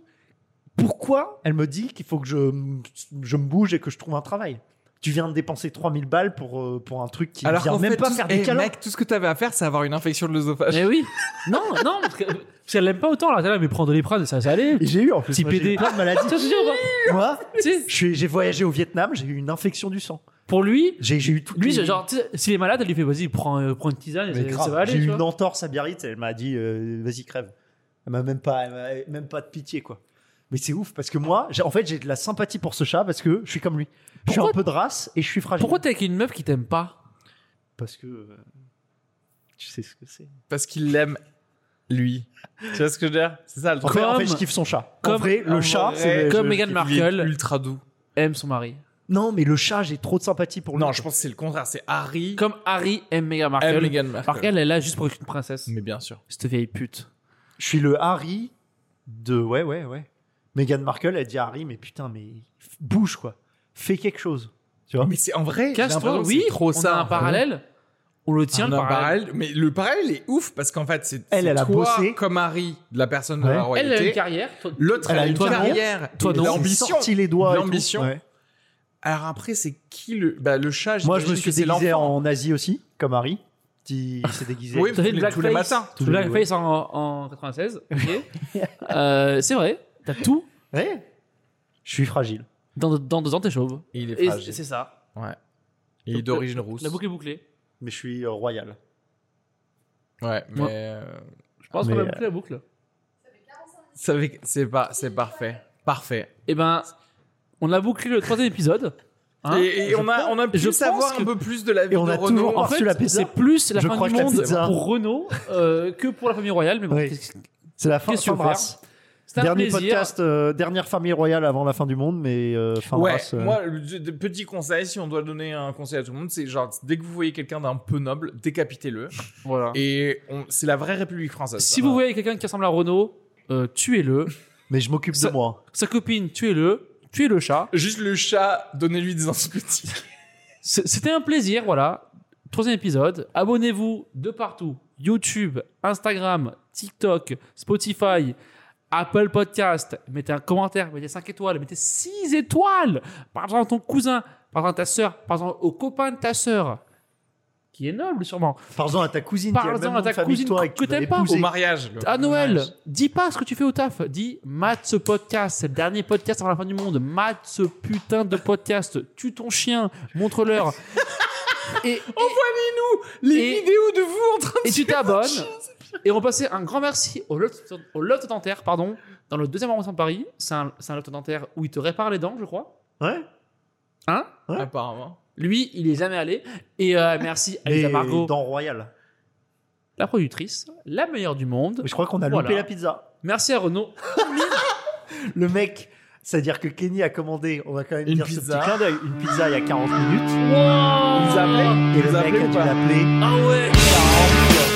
C: pourquoi elle me dit qu'il faut que je, m- je me bouge et que je trouve un travail Tu viens de dépenser 3000 balles pour, euh, pour un truc qui ne vient
B: qu'en
C: même
B: fait,
C: pas
B: tout-
C: faire
B: eh,
C: des câlins.
B: mec, tout ce que t'avais à faire, c'est avoir une infection de
C: Ah,
B: l'œsophage.
A: Mais Eh oui Non, non, parce que- parce qu'elle l'aime pas autant. Alors, t'es là, mais prends Doliprane, ça, ça allait.
C: Et j'ai eu en plus
A: Petit
C: moi, j'ai eu
A: PD.
C: plein de
A: Ça, je
C: maladies.
A: te jure,
C: Moi,
A: tu sais,
C: je suis- j'ai voyagé au Vietnam, j'ai eu une infection du sang.
A: Pour lui,
C: J'ai j'ai eu tout.
A: lui, genre, tu sais, s'il est malade, elle lui fait vas-y, prends, euh, prends une tisane, et
C: Mais
A: ça,
C: grave,
A: ça va aller.
C: J'ai
A: tu
C: eu
A: vois.
C: une entorse à Biarritz, elle m'a dit euh, vas-y crève. Elle m'a même pas, elle m'a même pas de pitié quoi. Mais c'est ouf parce que moi, j'ai- en fait, j'ai de la sympathie pour ce chat parce que je suis comme lui. je suis
A: Pourquoi-
C: un peu de race et je suis fragile.
A: Pourquoi t'es avec une meuf qui t'aime pas
C: Parce que euh, tu sais ce que c'est.
B: Parce qu'il l'aime, lui. tu vois ce que je veux dire C'est ça le
C: En
B: truc.
C: fait, en
A: Comme-
C: fait, je kiffe son chat.
A: comme-
C: en vrai, le
B: en
C: chat,
B: vrai,
C: c'est le-
A: Comme
C: je-
A: Meghan
B: Il est
A: Markle
B: ultra doux.
A: aime son mari.
C: Non, mais le chat, j'ai trop de sympathie pour lui.
B: Non, je pense que c'est le contraire. C'est Harry
A: Comme Harry aime Meghan
B: aime
A: Markle.
B: Meghan Markle.
A: Markle, elle est là juste pour être une princesse.
B: Mais bien sûr.
A: Cette vieille pute.
C: Je suis le Harry de ouais ouais ouais. Meghan Markle, elle dit à Harry mais putain mais f- bouge quoi, fais quelque chose. Tu vois
B: Mais c'est en vrai. j'ai
A: Casse-toi,
B: l'impression que
A: oui,
B: c'est trop
A: on
B: ça.
A: a un parallèle. On le tient,
B: Un
A: le parallèle.
B: parallèle. Mais le parallèle est ouf parce qu'en fait, c'est
C: Elle,
B: c'est
C: elle a
B: toi
C: bossé.
B: comme Harry, la personne de
C: Ouais.
B: la
A: Elle, elle a une
B: royauté.
A: carrière. toi-
B: L'autre, elle a une
C: toi, non.
B: carrière.
A: Toi,
B: et
A: non.
B: de
C: Elle s'est
B: L'ambition.
C: sorti les doigts. et tout.
B: L'ambition.
C: Ouais.
B: Alors après, c'est qui le. Bah, le chat,
C: Moi, je me
B: j'imagine
C: suis
B: que c'est
C: déguisé
B: l'enfant.
C: en Asie aussi, comme Harry. qui s'est déguisé.
B: Oui,
A: T'as fait
B: tous
A: le
B: les- tous les
A: blackface.
B: matins.
A: Tu
C: Tous les-
A: blackface en, en 96. ok. Euh, c'est vrai. T'as tout.
C: Ouais. Je suis fragile.
A: Dans, dans deux ans, t'es chauve.
B: Et il est
A: Et
B: fragile.
A: c'est ça.
B: Et Il est d'origine rousse.
A: La boucle est bouclée.
C: Mais je suis euh, royal.
B: Ouais, mais.
A: Ouais.
B: euh,
A: Je pense qu'on
C: Mais,
A: a bouclé la boucle.
B: ça fait- C'est pas... c'est parfait. Parfait.
A: Eh ben, on a bouclé le troisième épisode. Hein
B: et et
A: Je
B: on, a,
A: pense-
B: on a pu
A: je
B: savoir
A: pense
B: un
A: que-
B: peu plus de la vie
C: Et on
B: de
C: a
B: Renaud.
C: toujours
A: En
C: pas reçu
A: fait,
C: la pizza.
A: c'est plus la
C: Je
A: fin
C: crois
A: du
C: que la
A: monde
C: pizza.
A: pour Renault euh, que pour la famille royale. Mais bon,
C: Oui.
A: qu'est-ce que-
C: C'est la fin,
A: Qu'est-ce que
C: fin
A: tu
C: de
A: veux
C: race.
A: c'est un
C: Dernier
A: plaisir.
C: podcast, euh, dernière famille royale avant la fin du monde, mais euh, fin de
B: ouais,
C: race. euh,
B: moi, le, de- de- petit conseil, si on doit donner un conseil à tout le monde, c'est genre, dès que vous voyez quelqu'un d'un peu noble, décapitez-le.
A: Voilà.
B: Et on- c'est la vraie République française.
A: Si
B: ça.
A: vous voyez quelqu'un qui ressemble à Renault, euh, tuez-le.
C: Mais je m'occupe
A: Ça-
C: de moi.
A: Sa copine, tuez-le. Tuez le chat.
B: Juste le chat, donnez-lui des antibiotiques.
A: C- C'était un plaisir, voilà. Troisième épisode. Abonnez-vous de partout. YouTube, Instagram, TikTok, Spotify, Apple Podcast. Mettez un commentaire, mettez 5 étoiles, mettez 6 étoiles. Parle-en à ton cousin, parle-en à ta sœur, parle-en au copain de ta sœur, qui est noble sûrement.
C: Parle-en à ta cousine. qui a le
A: Parle-en
C: même
A: à
C: nom de
A: ta
C: famille
A: cousine
C: toi et
A: que
C: tu vas
A: t'aimes pas.
B: Au
C: l'épouser.
B: mariage. le-
A: À
B: le
A: Noël,
B: mariage.
A: dis pas ce que tu fais au taf. Dis, mate ce podcast, c'est le dernier podcast avant la fin du monde. Mate ce putain de podcast. Tue ton chien, montre-leur. Et,
E: Envoyez-nous les
A: et-
E: vidéos de vous en train de
A: et tu t'abonnes. Et on passait un grand merci au Loft, au Loft Dentaire, pardon, dans le deuxième arrondissement de Paris. C'est un, c'est un Loft Dentaire où il te répare les dents, je crois.
C: Ouais.
A: Hein
E: Apparemment.
A: Lui, il est jamais allé. Et euh, merci à Elsa
C: Mais
A: Margot,
C: dans Royal.
A: la productrice, la meilleure du monde.
C: Mais je crois qu'on a
A: Voilà.
C: loupé la pizza.
A: Merci à Renaud.
C: Le mec, c'est-à-dire que Kenny a commandé, on va quand même
E: Une
C: dire ce
E: pizza.
C: petit clin d'œil, une pizza il y a 40 minutes.
A: Wow
C: Ils appelaient et
E: Ils
C: le mec
E: appelaient
C: a
E: ou
C: dû
E: pas
C: l'appeler.
A: Ah ouais
C: Il a rempli, euh,